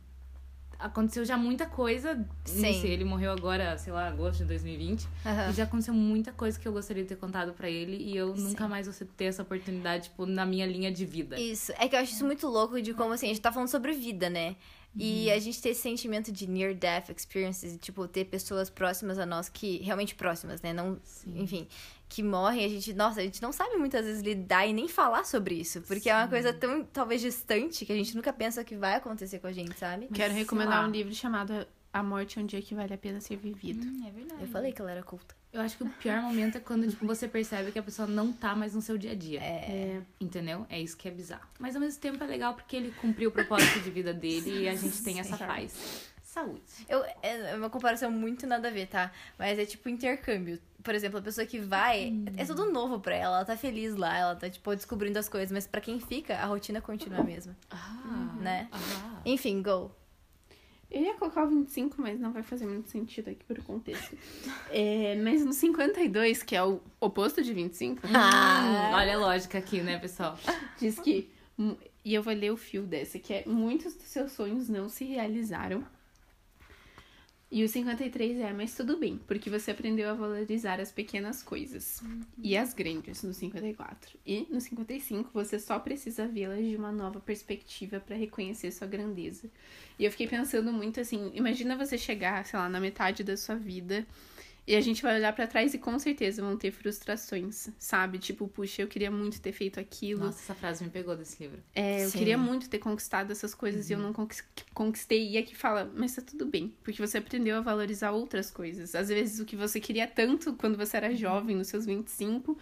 E: Aconteceu já muita coisa. Não
A: Sim.
E: sei, ele morreu agora, sei lá, agosto de 2020.
A: Aham.
E: E já aconteceu muita coisa que eu gostaria de ter contado pra ele e eu nunca mais vou ter essa oportunidade, tipo, na minha linha de vida.
A: Isso. É que eu acho isso muito louco de como, assim, a gente tá falando sobre vida, né?
E: Uhum.
A: E a gente ter esse sentimento de near-death experiences, tipo, ter pessoas próximas a nós que... Realmente próximas, né? Não... Enfim, que morrem. A gente... Nossa, a gente não sabe muitas vezes lidar e nem falar sobre isso. Porque é uma coisa tão, talvez, distante que a gente nunca pensa que vai acontecer com a gente, sabe?
B: Quero
E: sei
B: recomendar
E: lá.
B: um livro chamado A Morte é um Dia que Vale a Pena Ser Vivido.
C: é verdade.
A: Eu falei que ela era culta.
E: Eu acho que o pior momento é quando, tipo, você percebe que a pessoa não tá mais no seu dia a dia. É. Entendeu? É isso que é bizarro. Mas ao mesmo tempo é legal porque ele cumpriu o propósito de vida dele e a gente tem essa paz. Saúde.
A: Eu, é é uma comparação muito nada a ver, tá? Mas é tipo intercâmbio. Por exemplo, a pessoa que vai, é tudo novo pra ela, ela tá feliz lá, ela tá, tipo, descobrindo as coisas. Mas pra quem fica, a rotina continua a mesma,
E: Ah.
A: né? Enfim, go.
B: Eu ia colocar o 25, mas não vai fazer muito sentido aqui pro contexto. É, mas no 52, que é o oposto de 25,
E: Hum, Olha a lógica aqui, né, pessoal?
B: diz que. mu- E eu vou ler o fio dessa, que é muitos dos seus sonhos não se realizaram. E o 53 é, mas tudo bem, porque você aprendeu a valorizar as pequenas coisas e as grandes no 54. E no 55, você só precisa vê-las de uma nova perspectiva para reconhecer sua grandeza. E eu fiquei pensando muito assim, imagina você chegar, sei lá, na metade da sua vida e a gente vai olhar pra trás e com certeza vão ter frustrações, sabe? Tipo, puxa, eu queria muito ter feito aquilo.
E: Nossa, essa frase me pegou desse livro.
B: É, eu
A: Sim.
B: queria muito ter conquistado essas coisas e eu não conquis- conquistei. E aqui fala, mas tá tudo bem, porque você aprendeu a valorizar outras coisas. Às vezes o que você queria tanto quando você era jovem, nos seus 25,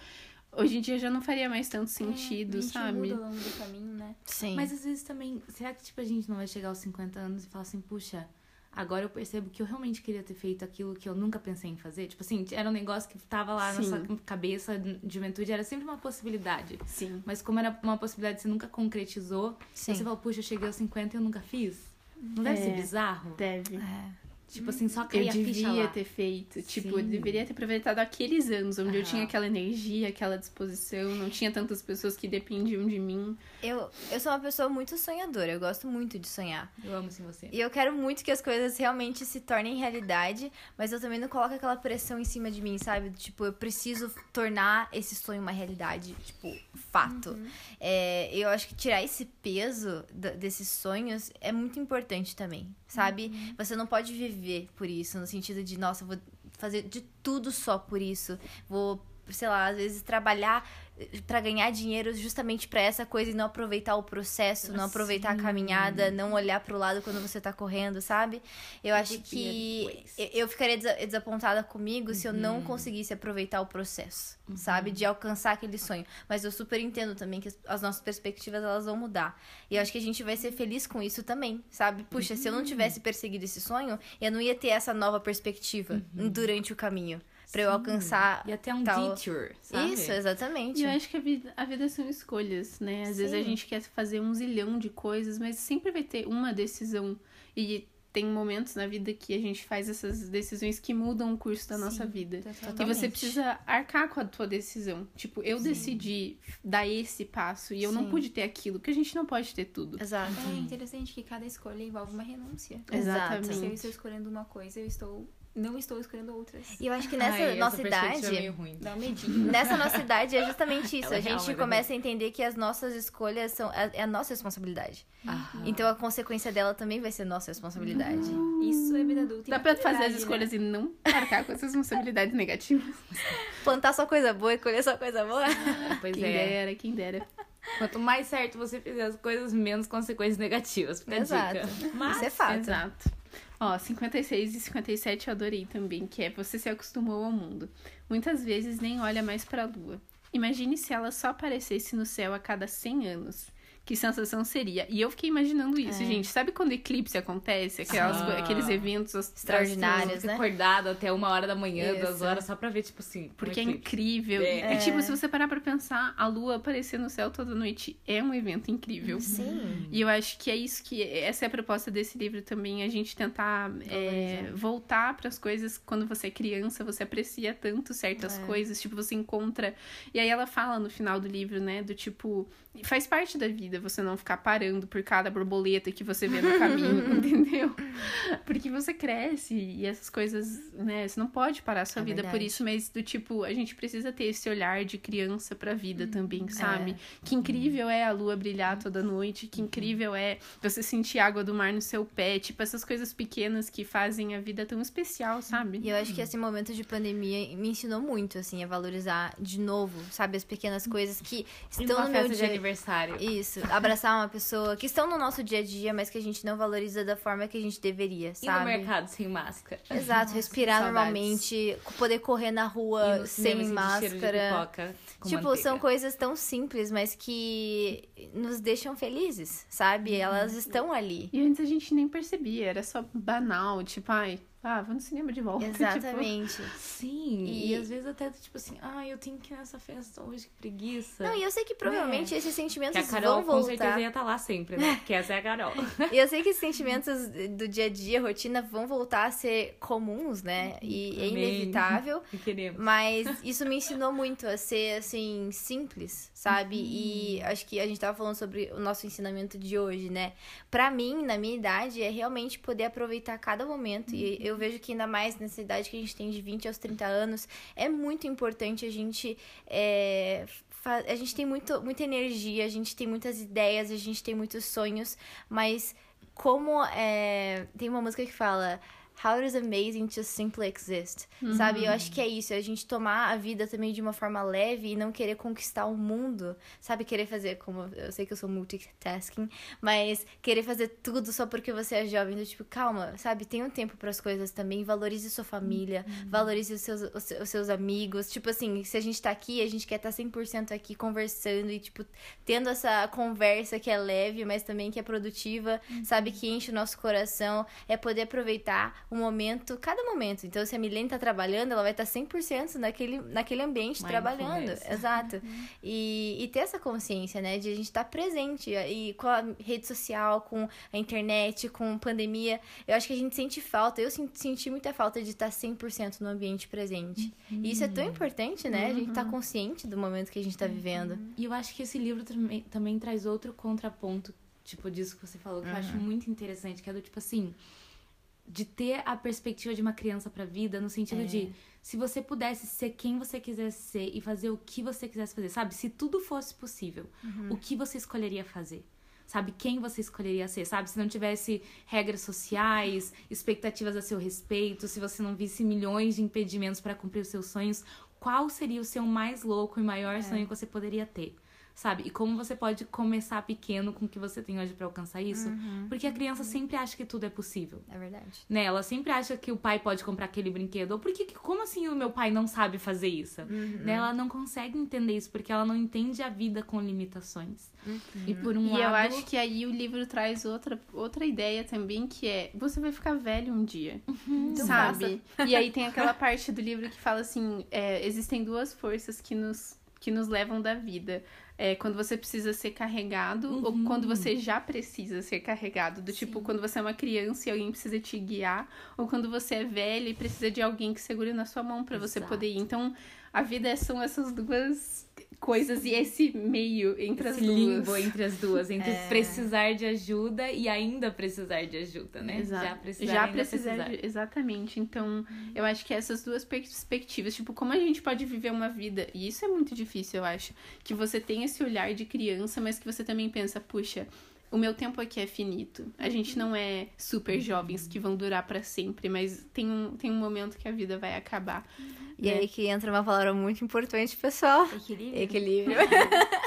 B: hoje em dia já não faria mais tanto sentido,
C: É, a gente
B: sabe?
C: Muda ao longo do caminho, né?
A: Sim.
E: Mas às vezes também, será que tipo a gente não vai chegar aos 50 anos e falar assim, puxa, agora eu percebo que eu realmente queria ter feito aquilo que eu nunca pensei em fazer? Tipo assim, era um negócio que tava lá
B: Sim.
E: na sua cabeça de juventude, era sempre uma possibilidade.
B: Sim.
E: Mas como era uma possibilidade que você nunca concretizou,
A: Sim.
E: você fala, puxa, eu cheguei aos 50 e eu nunca fiz. Não deve
B: É.
E: ser bizarro?
B: Deve.
A: É.
E: Tipo assim, só
B: Eu
E: cair a ficha
B: devia
E: lá.
B: ter feito. Tipo, eu
E: Sim.
B: deveria ter aproveitado aqueles anos onde eu
E: Aham.
B: tinha aquela energia, aquela disposição, não tinha tantas pessoas que dependiam de mim.
A: Eu, eu sou uma pessoa muito sonhadora, eu gosto muito de sonhar.
E: Eu amo isso em você.
A: E eu quero muito que as coisas realmente se tornem realidade, mas eu também não coloco aquela pressão em cima de mim, sabe? Tipo, eu preciso tornar esse sonho uma realidade, tipo, fato. É, eu acho que tirar esse peso da- desses sonhos é muito importante também, sabe? Você não pode viver por isso, no sentido de, nossa, eu vou fazer de tudo só por isso. Vou, sei lá, às vezes trabalhar eh, pra ganhar dinheiro justamente pra essa coisa e não aproveitar o processo, não aproveitar a caminhada, não olhar pro lado quando você tá correndo, sabe? Eu acho que eu, eu ficaria desa- desapontada comigo se eu não conseguisse aproveitar o processo, sabe? De alcançar aquele sonho. Mas eu super entendo também que as- as nossas perspectivas elas vão mudar. E eu acho que a gente vai ser feliz com isso também, sabe? Puxa, se eu não tivesse perseguido esse sonho, eu não ia ter essa nova perspectiva durante o caminho Pra eu alcançar
E: E até um
A: Tal.
E: detour, sabe?
A: isso,
B: E
A: exatamente.
B: eu acho que a vida, a vida são escolhas, né? Às vezes a
A: Sim.
B: gente quer fazer um zilhão de coisas, mas sempre vai ter uma decisão. E tem momentos na vida que a gente faz essas decisões que mudam o curso da nossa vida.
C: Então,
B: E você
A: Totalmente.
B: precisa arcar com a tua decisão. Tipo, eu decidi dar esse passo e eu não
A: Sim.
B: pude ter aquilo, porque a gente não pode ter tudo.
A: Exato.
C: É interessante que cada escolha envolve uma renúncia.
A: Exato.
C: Se eu estou
B: Exatamente.
C: escolhendo uma coisa, eu estou não estou escolhendo outras.
A: E eu acho que nessa
E: Ai, essa
A: nossa
E: perspectiva
A: idade.
E: É meio ruim.
C: Dá um medinho.
A: Nessa nossa idade é justamente isso.
E: Ela é
A: a
E: real,
A: gente
E: mas é
A: começa a entender que as nossas escolhas são é é a nossa responsabilidade.
E: Aham.
A: Então a consequência dela também vai ser nossa responsabilidade.
E: Uhum.
C: Isso é vida adulta. e
B: Dá pra fazer as
A: né?
C: maturidade,
B: escolhas e não arcar com essas responsabilidades negativas.
A: Plantar só coisa boa e colher só coisa boa.
E: Pois
B: Quem
E: é.
B: dera, quem dera.
E: Quanto mais certo você fizer as coisas, menos consequências negativas. Fica a
A: Exato.
E: dica.
A: Isso é fato.
B: Exato. Ó, 56 e 57 eu adorei também, que é você se acostumou ao mundo. Muitas vezes nem olha mais pra lua. Imagine se ela só aparecesse no céu a cada 100 anos. Que sensação seria? E eu fiquei imaginando isso, gente. Sabe quando eclipse acontece? Aquelas, co- Aqueles eventos ast-
A: Extraordinárias,
E: Fica
A: né?
E: acordado até uma hora da manhã,
A: Isso.
E: duas horas, só pra ver, tipo assim. um
B: Porque é
E: eclipse.
B: incrível. E-
E: É.
B: E, tipo, se você parar pra pensar, a lua aparecer no céu toda noite é um evento incrível.
A: Sim.
B: E eu acho que é isso que. Essa é a proposta desse livro também, a gente tentar é, voltar pras coisas quando você é criança, você aprecia tanto
A: É.
B: certas coisas, tipo, você encontra. E aí ela fala no final do livro, né? Do tipo, faz parte da vida você não ficar parando por cada borboleta que você vê no caminho, entendeu? Porque você cresce e essas coisas, né? Você não pode parar a sua
A: É
B: vida por
A: verdade.
B: isso, mas do tipo, a gente precisa ter esse olhar de criança pra vida também, sabe? Que incrível é a lua brilhar toda noite, que incrível é você sentir a água do mar no seu pé, tipo essas coisas pequenas que fazem a vida tão especial, sabe?
A: E eu acho que esse momento de pandemia me ensinou muito, assim, a valorizar de novo, sabe, as pequenas coisas que
E: E
A: estão
E: numa
A: no meu
E: festa de
A: dia.
E: aniversário.
A: Isso, abraçar uma pessoa que estão no nosso dia a dia, mas que a gente não valoriza da forma que a gente deveria,
E: E no
A: sabe?
E: mercado sem máscara.
A: Exato, respirar
E: saudades.
A: normalmente, poder correr na rua
E: E no
A: sem
E: cinema sentir cheiro de
A: máscara.
E: pipoca com
A: Tipo,
E: manteiga.
A: são coisas tão simples, mas que nos deixam felizes,
E: Uhum.
A: sabe? Elas estão ali.
B: E antes a gente nem percebia, era só banal, tipo, ai, ah, vamos no cinema de volta. tipo.
A: Exatamente.
E: Sim, e...
A: E-
E: às vezes até tipo assim, ah, eu tenho que ir nessa festa hoje, que preguiça.
A: Não, e eu sei que provavelmente esses
E: É. que a
A: sentimentos
E: Carol
A: vão
E: com certeza
A: voltar.
E: ia estar lá sempre, né? Porque essa é a Carol.
A: E eu sei que esses sentimentos do dia a dia, rotina, vão voltar a ser comuns, né? E é
E: Uhum. Amém.
A: inevitável.
E: Que queremos.
A: Mas isso me ensinou muito a ser, assim, simples, sabe? E acho que a gente tava falando sobre o nosso ensinamento de hoje, né? Pra mim, na minha idade, é realmente poder aproveitar cada momento. E eu vejo que ainda mais nessa idade que a gente tem de 20 aos 30 anos, é muito importante a gente. é, fa- A gente tem muito, muita energia, a gente tem muitas ideias, a gente tem muitos sonhos, mas como é, tem uma música que fala How it is amazing to simply exist. Sabe? Eu acho que é isso. É a gente tomar a vida também de uma forma leve e não querer conquistar o mundo. Sabe? Querer fazer, como eu sei que eu sou multitasking, mas querer fazer tudo só porque você é jovem. Do tipo, calma, sabe? Tem um tempo para as coisas também. Valorize sua família, valorize os seus, os, seus- os seus amigos. Tipo assim, se a gente tá aqui, a gente quer estar 100% aqui conversando e, tipo, tendo essa conversa que é leve, mas também que é produtiva, sabe? Que enche o nosso coração. É poder aproveitar o momento, cada momento. Então, se a Milene tá trabalhando, ela vai estar 100% naquele, naquele ambiente
E: Mindfulness.
A: trabalhando. Exato. E, e ter essa consciência, né? De a gente estar presente. E com a rede social, com a internet, com pandemia. Eu acho que a gente sente falta. Eu sen- senti muita falta de estar 100% no ambiente presente. E isso é
E: Uhum.
A: tão importante, né? A gente tá consciente do momento que a gente tá vivendo.
E: E eu acho que esse livro também, também traz outro contraponto, tipo, disso que você falou, que eu acho muito interessante, que é do tipo assim, de ter a perspectiva de uma criança pra vida, no sentido de se você pudesse ser quem você quisesse ser e fazer o que você quisesse fazer, sabe? Se tudo fosse possível, o que você escolheria fazer? Sabe quem você escolheria ser, sabe? Se não tivesse regras sociais, expectativas a seu respeito, se você não visse milhões de impedimentos pra cumprir os seus sonhos, qual seria o seu mais louco e maior sonho que você poderia ter? Sabe? E como você pode começar pequeno com o que você tem hoje pra alcançar isso? Porque a criança sempre acha que tudo é possível.
A: É verdade.
E: Né? Ela sempre acha que o pai pode comprar aquele brinquedo. Ou por que, que- como assim o meu pai não sabe fazer isso? Né? Ela não consegue entender isso, porque ela não entende a vida com limitações. E por um
B: E
E: lado.
B: eu acho que aí o livro traz outra, outra ideia também, que é você vai ficar velho um dia, sabe? E aí tem aquela parte do livro que fala assim: é, existem duas forças que nos, que nos levam da vida. É, quando você precisa ser carregado
E: Uhum.
B: ou quando você já precisa ser carregado. Do tipo, quando você é uma criança e alguém precisa te guiar, ou quando você é velho e precisa de alguém que segure na sua mão pra você
E: Exato.
B: poder ir. Então, a vida são essas duas coisas e esse meio entre as
E: esse
B: duas.
E: limbo entre as duas, entre precisar de ajuda e ainda precisar de ajuda, né?
B: Exato.
E: Já precisar,
B: Já
E: ainda
B: precisar
E: precisar.
B: de- Exatamente. Então, eu acho que essas duas perspectivas, tipo, como a gente pode viver uma vida, e isso é muito difícil, eu acho, que você tem esse olhar de criança, mas que você também pensa, puxa, o meu tempo aqui é finito. A gente não é super jovens que vão durar pra sempre, mas tem um, tem um momento que a vida vai acabar.
A: E
E: É.
A: aí que entra uma palavra muito importante, pessoal.
C: Equilíbrio.
A: Equilíbrio.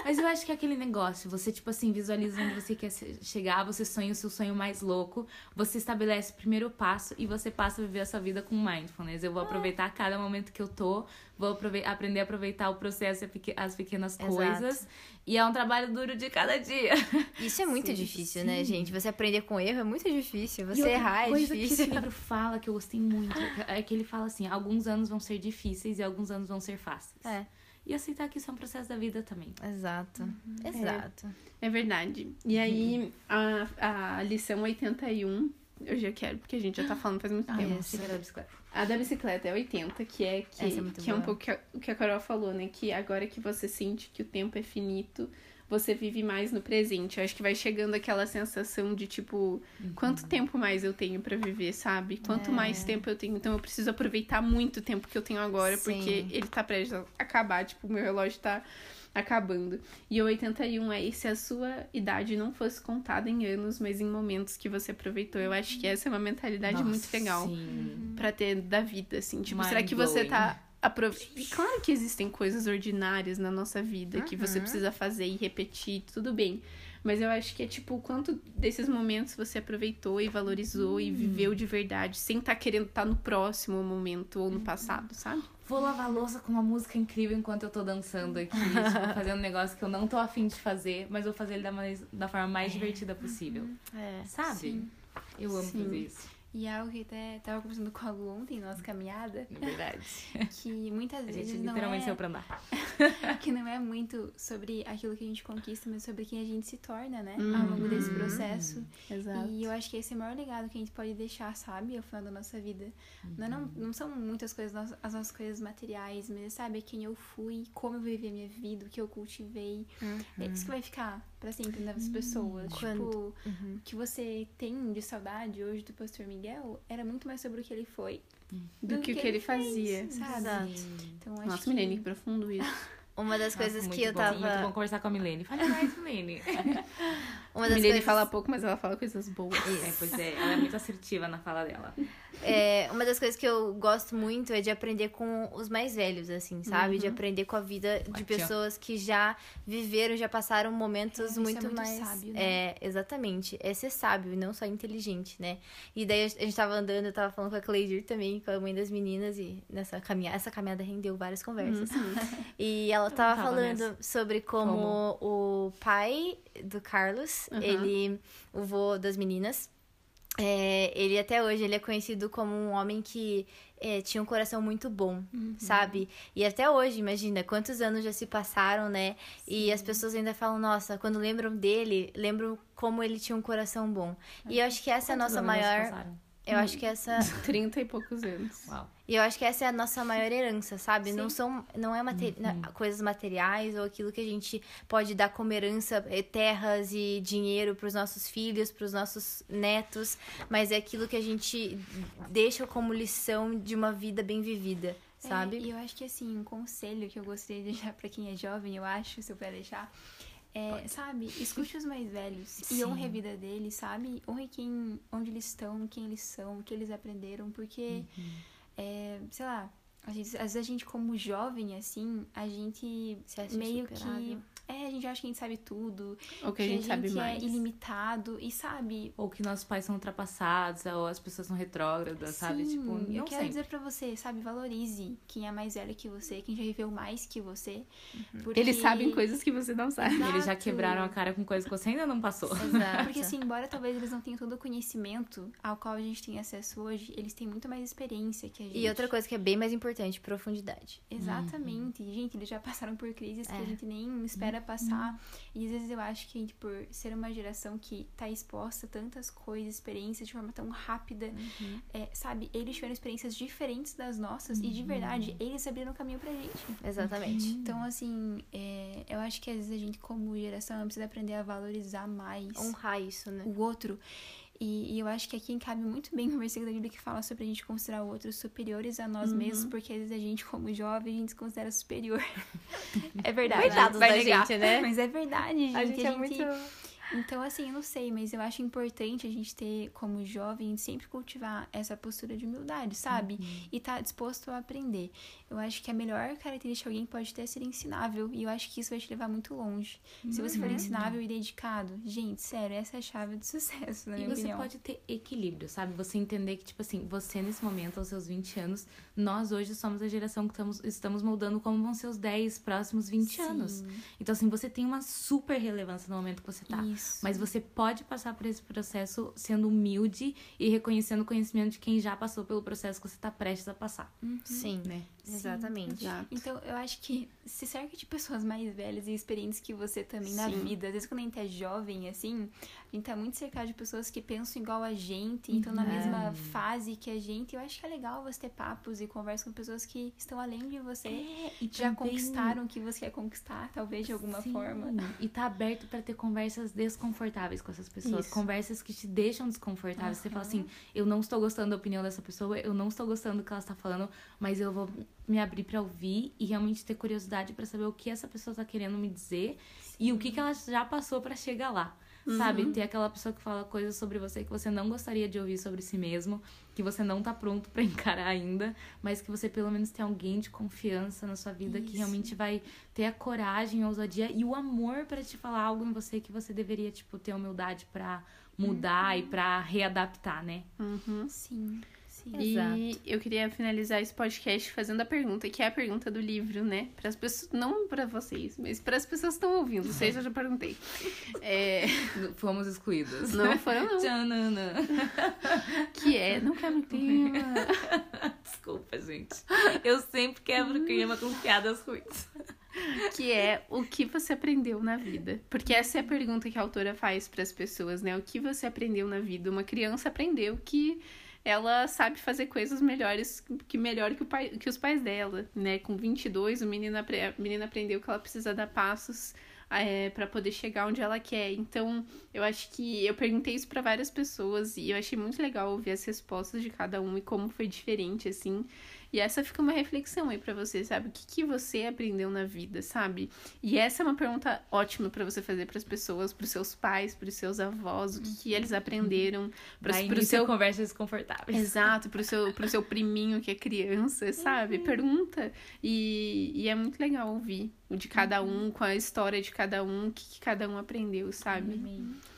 E: Mas eu acho que é aquele negócio, você, tipo assim, visualiza onde você quer se- chegar, você sonha o seu sonho mais louco, você estabelece o primeiro passo e você passa a viver a sua vida com mindfulness. Eu vou aproveitar cada momento que eu tô, vou aprove- aprender a aproveitar o processo e a peque- as pequenas
A: Exato.
E: coisas. E é um trabalho duro de cada dia.
A: Isso é muito
E: Sim,
A: difícil,
E: sim.
A: né, gente? Você aprender com erro é muito difícil.
E: E
A: Você
E: outra
A: errar é
E: coisa que
A: difícil.
E: esse livro fala, que eu gostei muito, é que ele fala assim, alguns anos vão ser difíceis e alguns anos vão ser fáceis.
A: É.
E: E aceitar que isso é um processo da vida também.
A: Exato.
E: Uhum.
A: Exato.
B: É verdade. E aí, a, a lição 81, eu já quero, porque a gente já tá falando faz muito tempo.
A: Essa.
E: Chega da bicicleta.
B: A da bicicleta é 80, que é que,
A: Essa é muito
B: que é um
A: boa.
B: pouco que a- o que a Carol falou, né? Que agora que você sente que o tempo é finito, você vive mais no presente. Eu acho que vai chegando aquela sensação de tipo,
A: Uhum.
B: quanto tempo mais eu tenho pra viver, sabe?
A: É.
B: Quanto mais tempo eu tenho, então eu preciso aproveitar muito o tempo que eu tenho agora, porque
A: Sim.
B: ele tá prestes a acabar, tipo, o meu relógio tá acabando. E o 81 é e se a sua idade não fosse contada em anos, mas em momentos que você aproveitou. Eu acho
A: Uhum.
B: que essa é uma mentalidade muito
E: Nossa,
B: legal
E: Sim.
B: pra ter da vida, assim. Tipo,
E: Mind
B: será que você
E: blowing.
B: tá aproveitando? Claro que existem coisas ordinárias na nossa vida que você precisa fazer e repetir, tudo bem. Mas eu acho que é tipo, o quanto desses momentos você aproveitou e valorizou e viveu de verdade, sem estar querendo estar no próximo momento ou no passado, sabe?
E: Vou lavar a louça com uma música incrível enquanto eu tô dançando aqui, tipo, fazendo um negócio que eu não tô afim de fazer, mas vou fazer ele da, mais- da forma mais divertida possível.
A: É.
E: Sabe? Eu amo
B: Sim.
E: fazer isso.
C: E é algo que até tava conversando com a Lu ontem, nossa caminhada,
E: Na verdade.
C: que muitas
E: É. A
C: vezes
E: gente
C: não
E: literalmente
C: é,
E: saiu pra andar.
C: que não é muito sobre aquilo que a gente conquista, mas sobre quem a gente se torna, né?
B: Uhum.
C: Ao longo desse processo.
B: Exato.
C: E eu acho que esse é o maior legado que a gente pode deixar, sabe? Ao final da nossa vida. Não, é-
B: Uhum.
C: não, não são muitas coisas, no- as nossas coisas materiais, mas sabe? É quem eu fui, como eu vivi a minha vida, o que eu cultivei. É isso que
B: Uhum.
C: vai ficar pra sempre
B: Hum,
C: nas pessoas.
A: Quando-
C: Tipo,
B: Uhum.
C: o que você tem de saudade hoje do pastor Miguel era muito mais sobre o que ele foi,
B: Do que o que ele fazia.
C: fez, sabe?
A: É. Exato.
C: Então, acho
B: Nossa,
C: que...
B: Milene, que profundo isso.
A: Uma das coisas
E: Nossa, é
A: que eu
E: muito bom, Muito bom
A: tava.
E: conversar com a Milene. Fala mais, Milene.
A: Uma das
B: Milene
A: coisas...
B: fala pouco, mas ela fala coisas boas.
E: É, pois é, ela é muito assertiva na fala dela.
A: É, uma das coisas que eu gosto muito é de aprender com os mais velhos, assim, sabe? De aprender com a vida de
E: Ótimo.
A: pessoas que já viveram, já passaram
C: É,
A: momentos
C: isso é
A: muito,
C: muito
A: mais.
C: sábio,
A: É, exatamente. É ser sábio, e não só inteligente, né? E daí a gente tava andando, eu tava falando com a Cleidir também, com a mãe das meninas, e nessa caminhada, essa caminhada rendeu várias conversas. E ela tava,
E: tava
A: falando
E: nessa.
A: sobre como, o pai do Carlos,
B: Uhum.
A: ele, o vô das meninas, é, ele até hoje ele é conhecido como um homem que é, tinha um coração muito bom, sabe? E até hoje, imagina, quantos anos já se passaram, né? E as pessoas ainda falam, nossa, quando lembram dele, lembram como ele tinha um coração bom. E eu acho que essa é a nossa maior. Eu acho que essa.
B: 30 e poucos anos.
E: Uau.
A: E eu acho que essa é a nossa maior herança, sabe? Não são não é mate- na- coisas materiais ou aquilo que a gente pode dar como herança, eh, terras e dinheiro pros nossos filhos, pros nossos netos, mas é aquilo que a gente deixa como lição de uma vida bem vivida,
C: É,
A: sabe?
C: e eu acho que assim, um conselho que eu gostaria de deixar pra quem é jovem, eu acho, se eu puder deixar, é, sabe, escute os mais velhos e honre a vida deles, sabe? Honre quem, onde eles estão, quem eles são, o que eles aprenderam, porque,
B: Uhum.
C: é, sei lá, a gente- às vezes a gente, como jovem, assim, a gente
A: Se
B: é
A: acha
C: meio
A: insuperável.
C: que. É, a gente acha que a gente sabe tudo,
B: Ou que a gente sabe mais.
C: é ilimitado, e sabe,
E: Ou que nossos pais são ultrapassados, ou as pessoas são retrógradas, sabe?
C: Sim,
E: Tipo,
C: eu
E: não
C: quero
E: sei.
C: dizer pra você, sabe, valorize quem é mais velho que você, quem já viveu mais que você. porque-
B: Eles sabem coisas né? que você não sabe.
C: Exato.
E: Eles já quebraram a cara com coisas que você ainda não passou.
A: Exato.
C: Porque assim, embora talvez eles não tenham todo o conhecimento ao qual a gente tem acesso hoje, eles têm muito mais experiência que a gente.
A: E outra coisa que é bem mais importante, profundidade.
C: Exatamente. Gente, eles já passaram por crises que a gente nem espera passar. E às vezes eu acho que a gente, por ser uma geração que tá exposta a tantas coisas, experiências de forma tão rápida, é, sabe? Eles tiveram experiências diferentes das nossas e de verdade, eles abriram o caminho pra
A: Uhum.
C: gente.
A: Exatamente.
C: Então, assim, é, eu acho que às vezes a gente, como geração, precisa aprender a valorizar mais
A: Honrar isso, né?
C: o outro. E, e eu acho que aqui cabe muito bem o versículo da Bíblia que fala sobre a gente considerar outros superiores a
A: Uhum.
C: nós mesmos, porque às vezes a gente, como jovem, a gente se considera superior. é verdade.
A: Coitados
C: vai
A: da
C: negar.
A: gente, né?
C: Mas é verdade, gente.
A: A gente é muito.
C: Então, assim, eu não sei, mas eu acho importante a gente ter, como jovem, sempre cultivar essa postura de humildade, sabe?
E: Uhum.
C: E estar tá disposto a aprender. Eu acho que a melhor característica de alguém pode ter é ser ensinável. E eu acho que isso vai te levar muito longe. Se você
E: Uhum.
C: for ensinável e dedicado, gente, sério, essa é a chave do sucesso, na
E: E
C: minha
E: você
C: opinião.
E: pode ter equilíbrio, sabe? Você entender que, tipo assim, você nesse momento, aos seus 20 anos, nós hoje somos a geração que estamos, estamos moldando como vão ser os 10 próximos 20 anos. Então, assim, você tem uma super relevância no momento que você tá.
C: Isso.
E: Mas você pode passar por esse processo sendo humilde e reconhecendo o conhecimento de quem já passou pelo processo que você tá prestes a passar.
D: Sim, exatamente.
B: Exato.
C: Então, eu acho que se cerca de pessoas mais velhas e experientes que você também na
B: Sim.
C: vida. Às vezes, quando a gente é jovem, assim, a gente tá muito cercado de pessoas que pensam igual a gente, então
A: Uhum.
C: na mesma fase que a gente. Eu acho que é legal você ter papos e conversa com pessoas que estão além de você,
A: É,
E: e
C: já
E: também-
C: conquistaram o que você quer conquistar, talvez de alguma
E: Sim,
C: forma.
E: E tá aberto pra ter conversas desconfortáveis com essas pessoas. Conversas que te deixam desconfortável. Você fala assim, eu não estou gostando da opinião dessa pessoa, eu não estou gostando do que ela está falando, mas eu vou me abrir pra ouvir e realmente ter curiosidade pra saber o que essa pessoa tá querendo me dizer e o que, que ela já passou pra chegar lá. Sabe?
C: Uhum.
E: Ter aquela pessoa que fala coisas sobre você que você não gostaria de ouvir sobre si mesmo, que você não tá pronto pra encarar ainda, mas que você pelo menos tem alguém de confiança na sua vida que realmente vai ter a coragem, a ousadia e o amor pra te falar algo em você que você deveria, tipo, ter a humildade pra mudar e pra readaptar, né?
B: Uhum.
C: Sim, sim.
B: E eu queria finalizar esse podcast fazendo a pergunta, que é a pergunta do livro, né? Para as pessoas, não para vocês, mas para as pessoas que estão ouvindo. Vocês eu já perguntei. É,
E: Fomos excluídas.
B: não foram não.
E: Tchanana.
B: Que é, não quebra o clima.
E: Desculpa, gente. Eu sempre quebro o clima com piadas ruins.
B: que é o que você aprendeu na vida. Porque essa é a pergunta que a autora faz para as pessoas, né? O que você aprendeu na vida? Uma criança aprendeu que ela sabe fazer coisas melhores que melhor que, o pai, que os pais dela, né? Com 22, o menino apre- a menina aprendeu que ela precisa dar passos é, para poder chegar onde ela quer. Então, eu acho que eu perguntei isso para várias pessoas e eu achei muito legal ouvir as respostas de cada um e como foi diferente assim. E essa fica uma reflexão aí pra você, sabe? O que, que você aprendeu na vida, sabe? E essa é uma pergunta ótima pra você fazer pras pessoas, pros seus pais, pros seus avós, o que, que eles aprenderam, pros,
E: Vai
B: pro
E: início é
B: seu
E: conversas desconfortáveis.
B: Exato, pro seu, pro seu priminho que é criança, sabe? Pergunta. E, e é muito legal ouvir o de cada um, com a história de cada um, o que, que cada um aprendeu, sabe?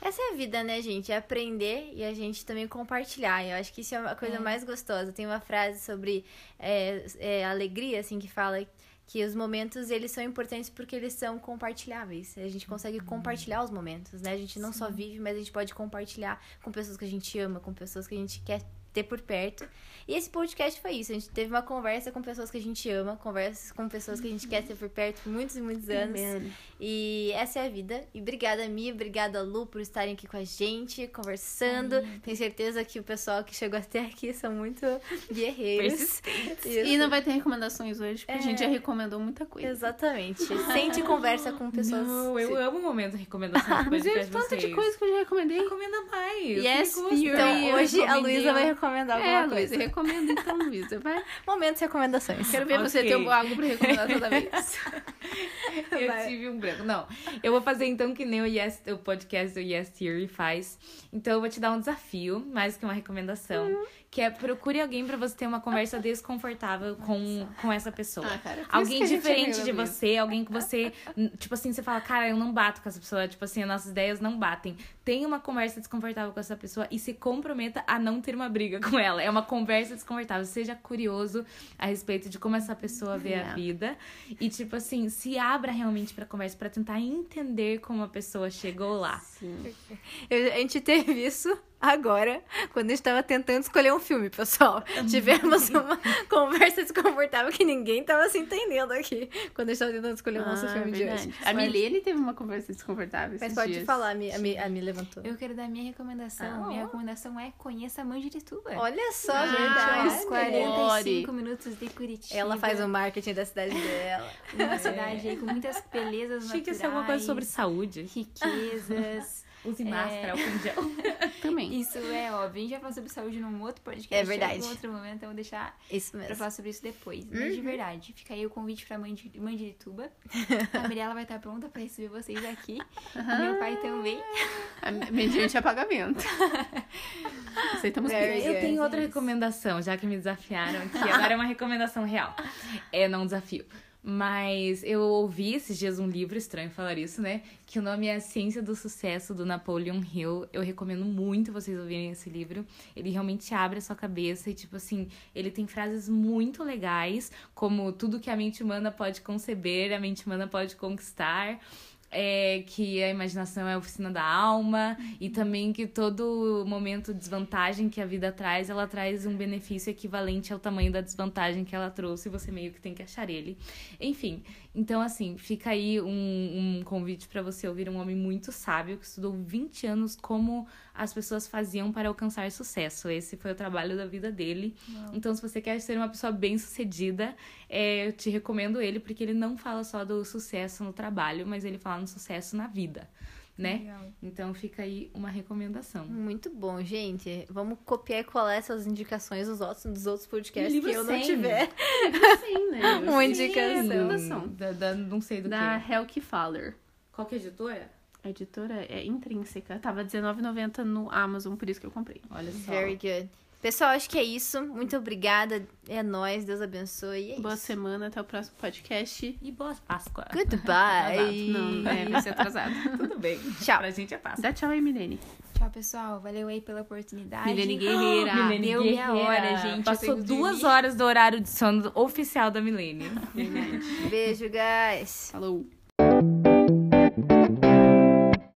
A: Essa é a vida, né, gente? É aprender e a gente também compartilhar. Eu acho que isso é uma coisa mais gostosa. Tem uma frase sobre é, é, alegria, assim, que fala que os momentos, eles são importantes porque eles são compartilháveis. A gente consegue compartilhar os momentos, né? A gente não só vive, mas a gente pode compartilhar com pessoas que a gente ama, com pessoas que a gente quer ter por perto. E esse podcast foi isso. A gente teve uma conversa com pessoas que a gente ama, conversas com pessoas que a gente quer ter por perto por muitos e muitos
B: É
A: anos. E essa é a vida. E obrigada, Mi, obrigada, Lu, por estarem aqui com a gente, conversando. Tenho certeza que o pessoal que chegou até aqui são muito guerreiros.
B: E
A: Isso.
B: não vai ter recomendações hoje, porque a gente já recomendou muita coisa.
A: Exatamente. Sente e conversa com pessoas.
E: Não, eu amo o momento de recomendação de
B: Mas
E: podcast
B: eu
E: de
B: tanto de
E: vocês.
B: coisa que eu já recomendei.
E: Recomenda mais.
B: Yes,
E: Me gusta.
A: Então, hoje a Luísa vai
E: Recomendeu.
A: recomendar
B: É,
A: alguma
B: Luísa,
A: coisa.
B: recomenda então, Luísa. Vai.
A: Momentos e recomendações.
B: Quero ver você
E: Ok.
B: ter algo pra recomendar toda vez.
E: Eu
A: Vai.
E: tive um branco. Não, eu vou fazer então que nem o, yes, o podcast do Yes Theory faz. Então eu vou te dar um desafio, mais que uma recomendação, que é procure alguém pra você ter uma conversa desconfortável com, com essa pessoa.
B: cara, por isso
E: alguém
B: que a gente é
E: diferente
B: amiga
E: de
B: mesmo.
E: você, alguém que você, n- tipo assim, você fala, cara, eu não bato com essa pessoa, tipo assim, as nossas ideias não batem. Tenha uma conversa desconfortável com essa pessoa e se comprometa a não ter uma briga com ela. É uma conversa desconfortável. Seja curioso a respeito de como essa pessoa vê a
B: É.
E: vida e tipo assim, se abra realmente pra conversa pra tentar entender como a pessoa chegou lá.
A: Eu- a gente teve isso agora, quando a gente tava tentando escolher um filme, pessoal. Tivemos uma conversa desconfortável que ninguém tava se entendendo aqui, quando a gente tava tentando escolher é o nosso
B: Ah,
A: filme
B: verdade.
A: de hoje.
B: A Milene teve uma conversa desconfortável
A: Mas
B: esses
A: pode
B: dias.
A: falar, a Mi, a, Mi, a Mi levantou.
C: Eu quero dar minha recomendação.
A: Ah,
C: minha recomendação é conheça Mandirituba.
A: Olha só,
B: Ah,
A: gente.
C: Aos
A: É. tá. olha.
B: olha.
C: 45 minutos de Curitiba.
A: Ela faz o marketing da cidade dela.
C: Uma cidade aí com muitas belezas
E: É. Achei que ia
C: naturais.
E: ser alguma coisa sobre saúde. É.
C: riquezas,
E: Use máscara, álcool em gel.
B: Também.
C: Isso é óbvio. A gente vai falar sobre saúde num outro podcast.
A: É verdade.
C: Em outro momento, então vou deixar
A: Isso
C: pra
A: mesmo.
C: falar sobre isso depois. Mas
E: Uhum.
C: de verdade, fica aí o convite pra mãe de, mãe de Ituba. A Mirella vai estar pronta pra receber vocês aqui.
E: Ah.
C: E meu pai também.
B: A- Mediante apagamento. é Aceitamos
A: Very
B: tudo.
A: good.
E: Eu tenho outra
C: Yes.
E: recomendação, já que me desafiaram aqui. Agora é uma recomendação real. É, não um desafio. Mas eu ouvi esses dias um livro estranho falar isso, né? Que o nome é A Ciência do Sucesso, do Napoleon Hill. Eu recomendo muito vocês ouvirem esse livro. Ele realmente abre a sua cabeça e, tipo assim, ele tem frases muito legais, como tudo que a mente humana pode conceber, a mente humana pode conquistar é, que a imaginação é a oficina da alma e também que todo momento de desvantagem que a vida traz, ela traz um benefício equivalente ao tamanho da desvantagem que ela trouxe e você meio que tem que achar ele. Enfim, então assim, fica aí um, um convite para você ouvir um homem muito sábio que estudou 20 anos como as pessoas faziam para alcançar sucesso. Esse foi o trabalho da vida dele. Então, se você quer ser uma pessoa bem-sucedida, é, eu te recomendo ele, porque ele não fala só do sucesso no trabalho, mas ele fala no sucesso na vida, né?
C: Legal.
E: Então fica aí uma recomendação.
A: Muito bom, gente. Vamos copiar e colar essas indicações dos outros, dos outros podcasts
E: Livro
A: que eu não
E: 100.
A: tiver.
B: Sim, né?
A: Uma
B: Sim,
A: indicação.
B: recomendação.
E: Da, da- não sei do
B: Da
E: que.
B: Helke Faller.
E: Qual que é a editora?
B: A editora é intrínseca. Tava R$19,90 no Amazon, por isso que eu comprei.
E: Olha só.
A: Very good. Pessoal, acho que é isso. Muito obrigada. É nóis. Deus abençoe. E é
B: Boa
A: isso.
B: semana, até o próximo podcast.
E: E boa Páscoa.
B: Atrasado.
A: Goodbye.
B: Não, é, vai ser atrasado.
E: Tudo bem.
A: Tchau.
E: Pra gente é Páscoa.
B: Dá tchau aí, Milene.
C: Tchau, pessoal. Valeu aí pela oportunidade.
B: Milene Guerreira.
E: Milene
C: Deu minha
E: Guerreira.
C: hora, gente. Eu
E: Passou
C: tenho que
E: duas
C: dormir.
E: horas do horário de sono oficial da Milene.
A: Beijo, guys.
B: Falou.